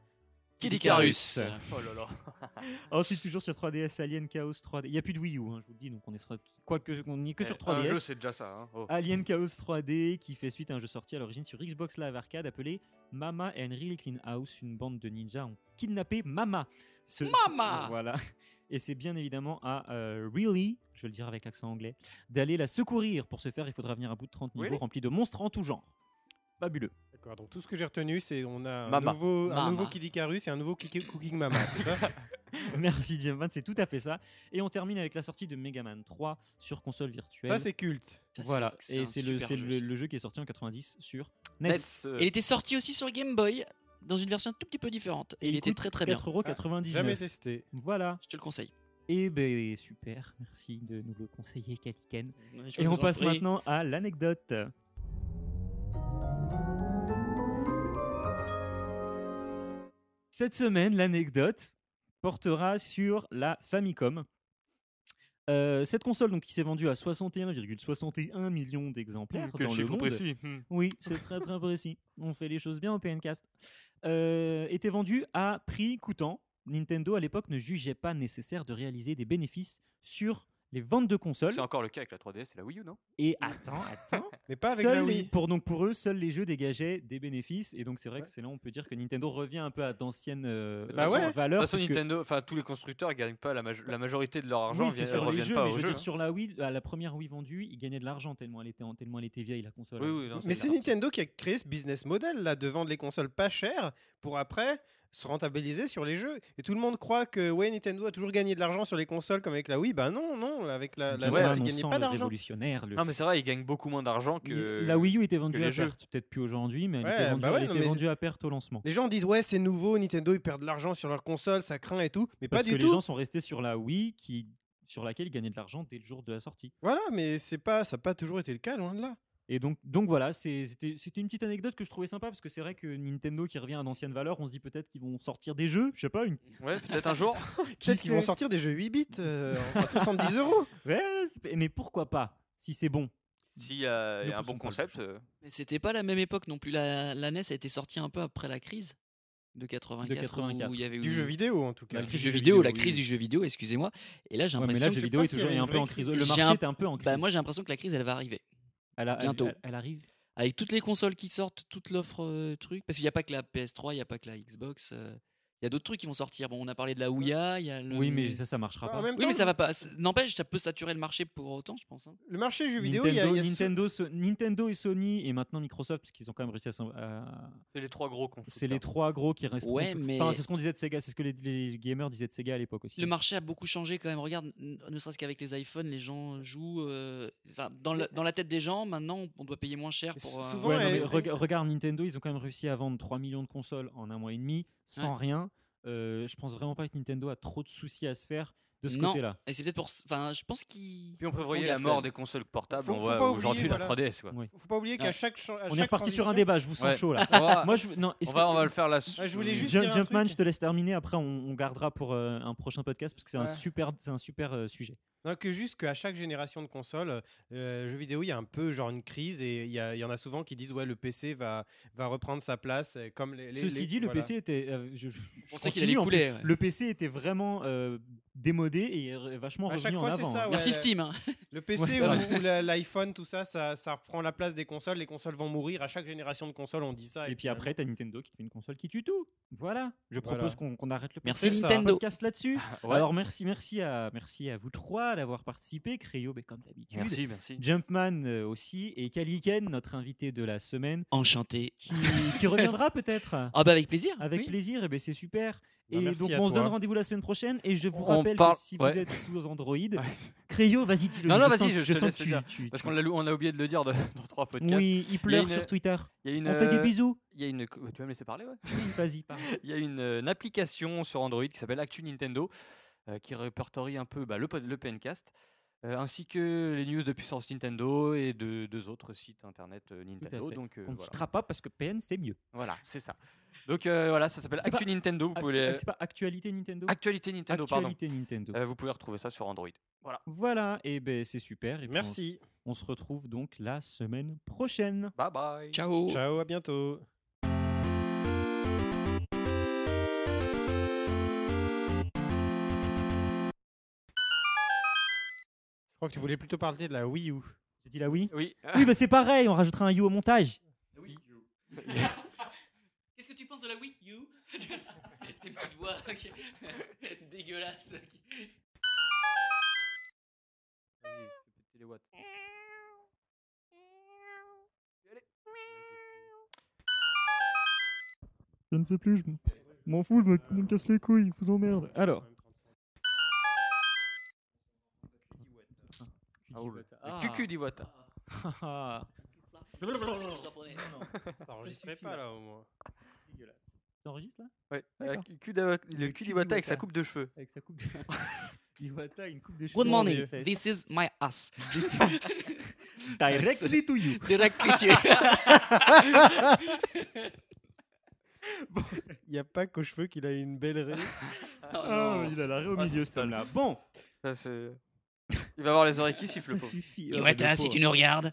Kid Icarus. Oh là là. Ensuite, toujours sur 3DS, Alien Chaos 3D. Il n'y a plus de Wii U, hein, je vous le dis, donc on est sur, quoi que, on n'y est que sur Un 3DS. jeu, c'est déjà ça. hein. Oh. Alien Chaos 3D qui fait suite à un jeu sorti à l'origine sur Xbox Live Arcade appelé Mama and Real Clean House. Une bande de ninjas ont kidnappé Mama. Ce- Mama Voilà. Et c'est bien évidemment à euh, Really, je vais le dire avec l'accent anglais, d'aller la secourir. Pour ce faire, il faudra venir à bout de 30 niveaux Really remplis de monstres en tout genre. <laughs> Fabuleux. D'accord, donc tout ce que j'ai retenu, c'est on a un Mama. nouveau, un Mama. nouveau Kid Icarus et un nouveau Kiki- Cooking Mama, c'est <laughs> ça Merci Diamant, c'est tout à fait ça. Et on termine avec la sortie de Mega Man 3 sur console virtuelle. Ça, c'est culte. Ça, voilà, c'est- et un c'est le, super c'est jeu, le- ça. le jeu qui est sorti en 90 sur E NES. Nets, euh, Il était sorti aussi sur Game Boy, dans une version un tout petit peu différente. Et il, était coûte très très bien. 4,99€. Jamais testé. Voilà. Je te le conseille. Et ben super, merci de nous le conseiller, Kaliken. Je Et vous on en passe prie. maintenant à l'anecdote. Cette semaine, l'anecdote portera sur la Famicom. Euh, cette console donc, qui s'est vendue à 61,61 millions Mmh, d'exemplaires dans le monde. Oui, c'est très très précis. On fait les choses bien au PNcast. Euh, était vendu à prix coûtant. Nintendo à l'époque ne jugeait pas nécessaire de réaliser des bénéfices sur les ventes de consoles. C'est encore le cas avec la 3DS et la Wii U, non Et attends, attends. Mais <laughs> pas avec Seuls la les- Wii. pour, donc pour eux, seuls les jeux dégageaient des bénéfices. Et donc c'est vrai Ouais. que c'est là on peut dire que Nintendo revient un peu à d'anciennes euh, Bah ouais. De valeurs. toute façon, puisque- Nintendo, enfin tous les constructeurs gagnent pas la, maj- la majorité de leur argent. Oui, c'est vient- sur les reviennent jeux, pas mais aux je veux jeux, dire hein. sur la Wii, à la première Wii vendue, ils gagnaient de l'argent tellement elle était, tellement elle était vieille la console. Oui, oui, non, Mais c'est c'est parti. Nintendo qui a créé ce business model là de vendre les consoles pas chères pour après se rentabiliser sur les jeux. Et tout le monde croit que ouais Nintendo a toujours gagné de l'argent sur les consoles comme avec la Wii. Bah non, non, avec la, la Joe Ouais, NES, Mann, ils on gagnaient sent pas le d'argent. Ah, révolutionnaire, le Non, mais c'est vrai, ils gagnent beaucoup moins d'argent que. Il- La Wii U était vendue les à jeux. perte, peut-être plus aujourd'hui, mais elle Ouais, était, vendue, bah ouais, elle non, était mais- vendue à perte au lancement. Les gens disent ouais c'est nouveau, Nintendo ils perdent de l'argent sur leurs consoles, ça craint et tout. Mais Parce pas que du les tout. gens sont restés sur la Wii qui, sur laquelle ils gagnaient de l'argent dès le jour de la sortie. Voilà, mais c'est pas ça n'a pas toujours été le cas loin de là. Et donc, donc voilà, c'est- c'était c'était une petite anecdote que je trouvais sympa parce que c'est vrai que Nintendo qui revient à d'anciennes valeurs, on se dit peut-être qu'ils vont sortir des jeux, je sais pas, une. Ouais, peut-être <laughs> un jour. qui Peut-être qu'ils vont sait sortir des jeux 8 bits euh, à 70 <laughs> euros. Ouais, c'est- mais pourquoi pas si c'est bon S'il y a Ne poussons un bon pas le concept. euh, Mais c'était pas la même époque non plus. La, la NES a été sortie un peu après la crise de 84, De 84. où il y avait eu- Du jeu vidéo en tout cas. La du crise jeu du Bah, jeu vidéo, vidéo, la oui. crise du jeu vidéo, excusez-moi. Et là, j'ai Ouais, Mais l'impression là, le je jeu sais vidéo pas est s'il y toujours a est un une peu vraie en crise. crise. Le J'ai marché un- est un peu en que- crise. bah, moi, j'ai l'impression que la crise, elle va arriver. elle, a- elle- bientôt. elle- elle arrive. Avec toutes les consoles qui sortent, toute l'offre euh, truc. Parce qu'il n'y a pas que la PS3, il n'y a pas que la Xbox. euh, Il y a d'autres trucs qui vont sortir. Bon, on a parlé de la Ouya, il y a le. Oui, mais ça, ça marchera En pas. Bah, même Oui, temps, mais ça va pas. C'est- N'empêche, ça peut saturer le marché pour autant, je pense. hein. le marché jeux vidéo, il y a, Nintendo, il y a ce- Nintendo, So- Nintendo et Sony et maintenant Microsoft, parce qu'ils ont quand même réussi à. s'en- à- C'est les trois gros cons. C'est les trois gros qui restent. Ouais, mais- c'est ce qu'on disait de Sega, c'est ce que les, les gamers disaient de Sega à l'époque aussi. Le marché a beaucoup changé quand même. Regarde, n- ne serait-ce qu'avec les iPhones, les gens jouent. euh, enfin, dans, la, dans la tête des gens, maintenant, on- on doit payer moins cher Mais pour. s- euh, souvent, Ouais, non, elle- mais elle- rega- regarde Nintendo, ils ont quand même réussi à vendre 3 millions de consoles en un mois et demi sans rien. Euh, je pense vraiment pas que Nintendo a trop de soucis à se faire de ce Non. côté-là. Et c'est peut-être pour. Enfin, je pense qu'ils. Puis on prévoyait Font la gaffe, mort quand des consoles portables. Faut- on faut voit pas oublier, aujourd'hui la voilà. 3DS. Quoi. Ouais. faut pas oublier Ouais. qu'à chaque, cha- à On est chaque reparti sur un transition- débat, je vous sens Ouais. chaud <laughs> là. On va- Moi, je, non, est-ce on, que- va, on va le faire là. Ouais, je voulais juste Jump- dire un Jumpman, truc. je te laisse terminer. Après, on, on gardera pour euh, un prochain podcast parce que c'est un Ouais. super, c'est un super euh, sujet. Non, que juste qu'à chaque génération de console, euh, jeux vidéo, il y a un peu genre une crise et il y, a- il y en a souvent qui disent ouais le PC va, va reprendre sa place euh, comme les. les- Ceci les- dit, le voilà. PC était. euh, je, je- je On sait qu'il continue, allait en couler. plus. ouais. Le PC était vraiment euh, démodé et euh, vachement À chaque revenu en fois, c'est avant. ça, hein. ouais. Merci Steam. hein. Le PC Ouais. ou, ou la- l'iPhone, tout ça, ça, ça reprend la place des consoles. Les consoles vont mourir. À chaque génération de consoles, on dit ça. Et puis après, t'as Nintendo qui te fait une console qui tue tout. Voilà. Je Voilà. propose qu'on qu'on arrête le Merci C'est ça. Nintendo. podcast là-dessus. Ah, Ouais. Alors merci, merci à, merci à vous trois d'avoir participé. Créo, ben, comme d'habitude. Merci, merci. Jumpman euh, aussi. Et Kaliken, notre invité de la semaine, Enchanté. qui, qui <laughs> reviendra peut-être. hein, Ah bah avec plaisir. Avec oui. plaisir, et ben c'est super. Ben, et merci donc à on se toi. donne rendez-vous la semaine prochaine. Et je vous On rappelle parle- que si vous <laughs> ouais. êtes sous Android, Créo, vas-y, dis-le. Non, non, Je vas-y, sens- je je te sens laisse que le tu- dire. tu- Parce tu- qu'on l'a lou- on a oublié de le dire de- dans <laughs> trois podcasts. Oui, il pleure une- sur Twitter. Il y a une, On fait des euh, bisous. il y a une- Tu vas me laisser parler, ouais Oui, Vas-y, <laughs> parle. Il y a une, euh, une application sur Android qui s'appelle Actu Nintendo euh, qui répertorie un peu bah, le, pod- le PNcast euh, ainsi que les news de puissance Nintendo et de deux autres sites internet euh, Nintendo. fait. Donc euh, On ne voilà, citera pas parce que PN c'est mieux. Voilà, c'est ça. Donc euh, voilà, ça s'appelle C'est pas Actu Nintendo. Vous Actu- pouvez les- C'est pas actualité Nintendo. Actualité Nintendo, pardon. actualité Nintendo. Euh, vous pouvez retrouver ça sur Android. Voilà, et ben c'est super. et puis Merci. On, on se retrouve donc la semaine prochaine. Bye bye. Ciao. Ciao, à bientôt. Je crois que tu voulais plutôt parler de la Wii U. J'ai dit là oui. Oui. <laughs> Oui, mais c'est pareil, on rajoutera un you au montage. Qu'est-ce que tu penses de la Wii U <laughs> C'est une petite voix ok. <laughs> dégueulasse. ok. Vas-y, fais péter les watts. Je ne sais plus, je m'en fous, je me, casse les couilles, vous emmerde. Alors. Ah, oh, le- le Cucu dit watts. Ah. <laughs> Japonais. Ça enregistrait suffit, pas là. là au moins. T'enregistres là Ouais. D'accord. Euh, Cucu d'a- Le Le cul Cucu dit watts avec Diwata. sa coupe de cheveux. Avec <laughs> sa coupe de. Iwata, une coupe de cheveux. Good morning. Des fesses. This is my ass. <laughs> Directly to you. Directly to you. Il n'y a pas qu'aux cheveux qu'il a une belle raie. Oh <laughs> Ah, non. il a l'arrêt au Ah, milieu, c'est ce homme-là. Bon, <laughs> Ça, c'est- Il va avoir les oreilles qui sifflent, le ça pauvre. suffit. euh, Iwata, si tu nous regardes.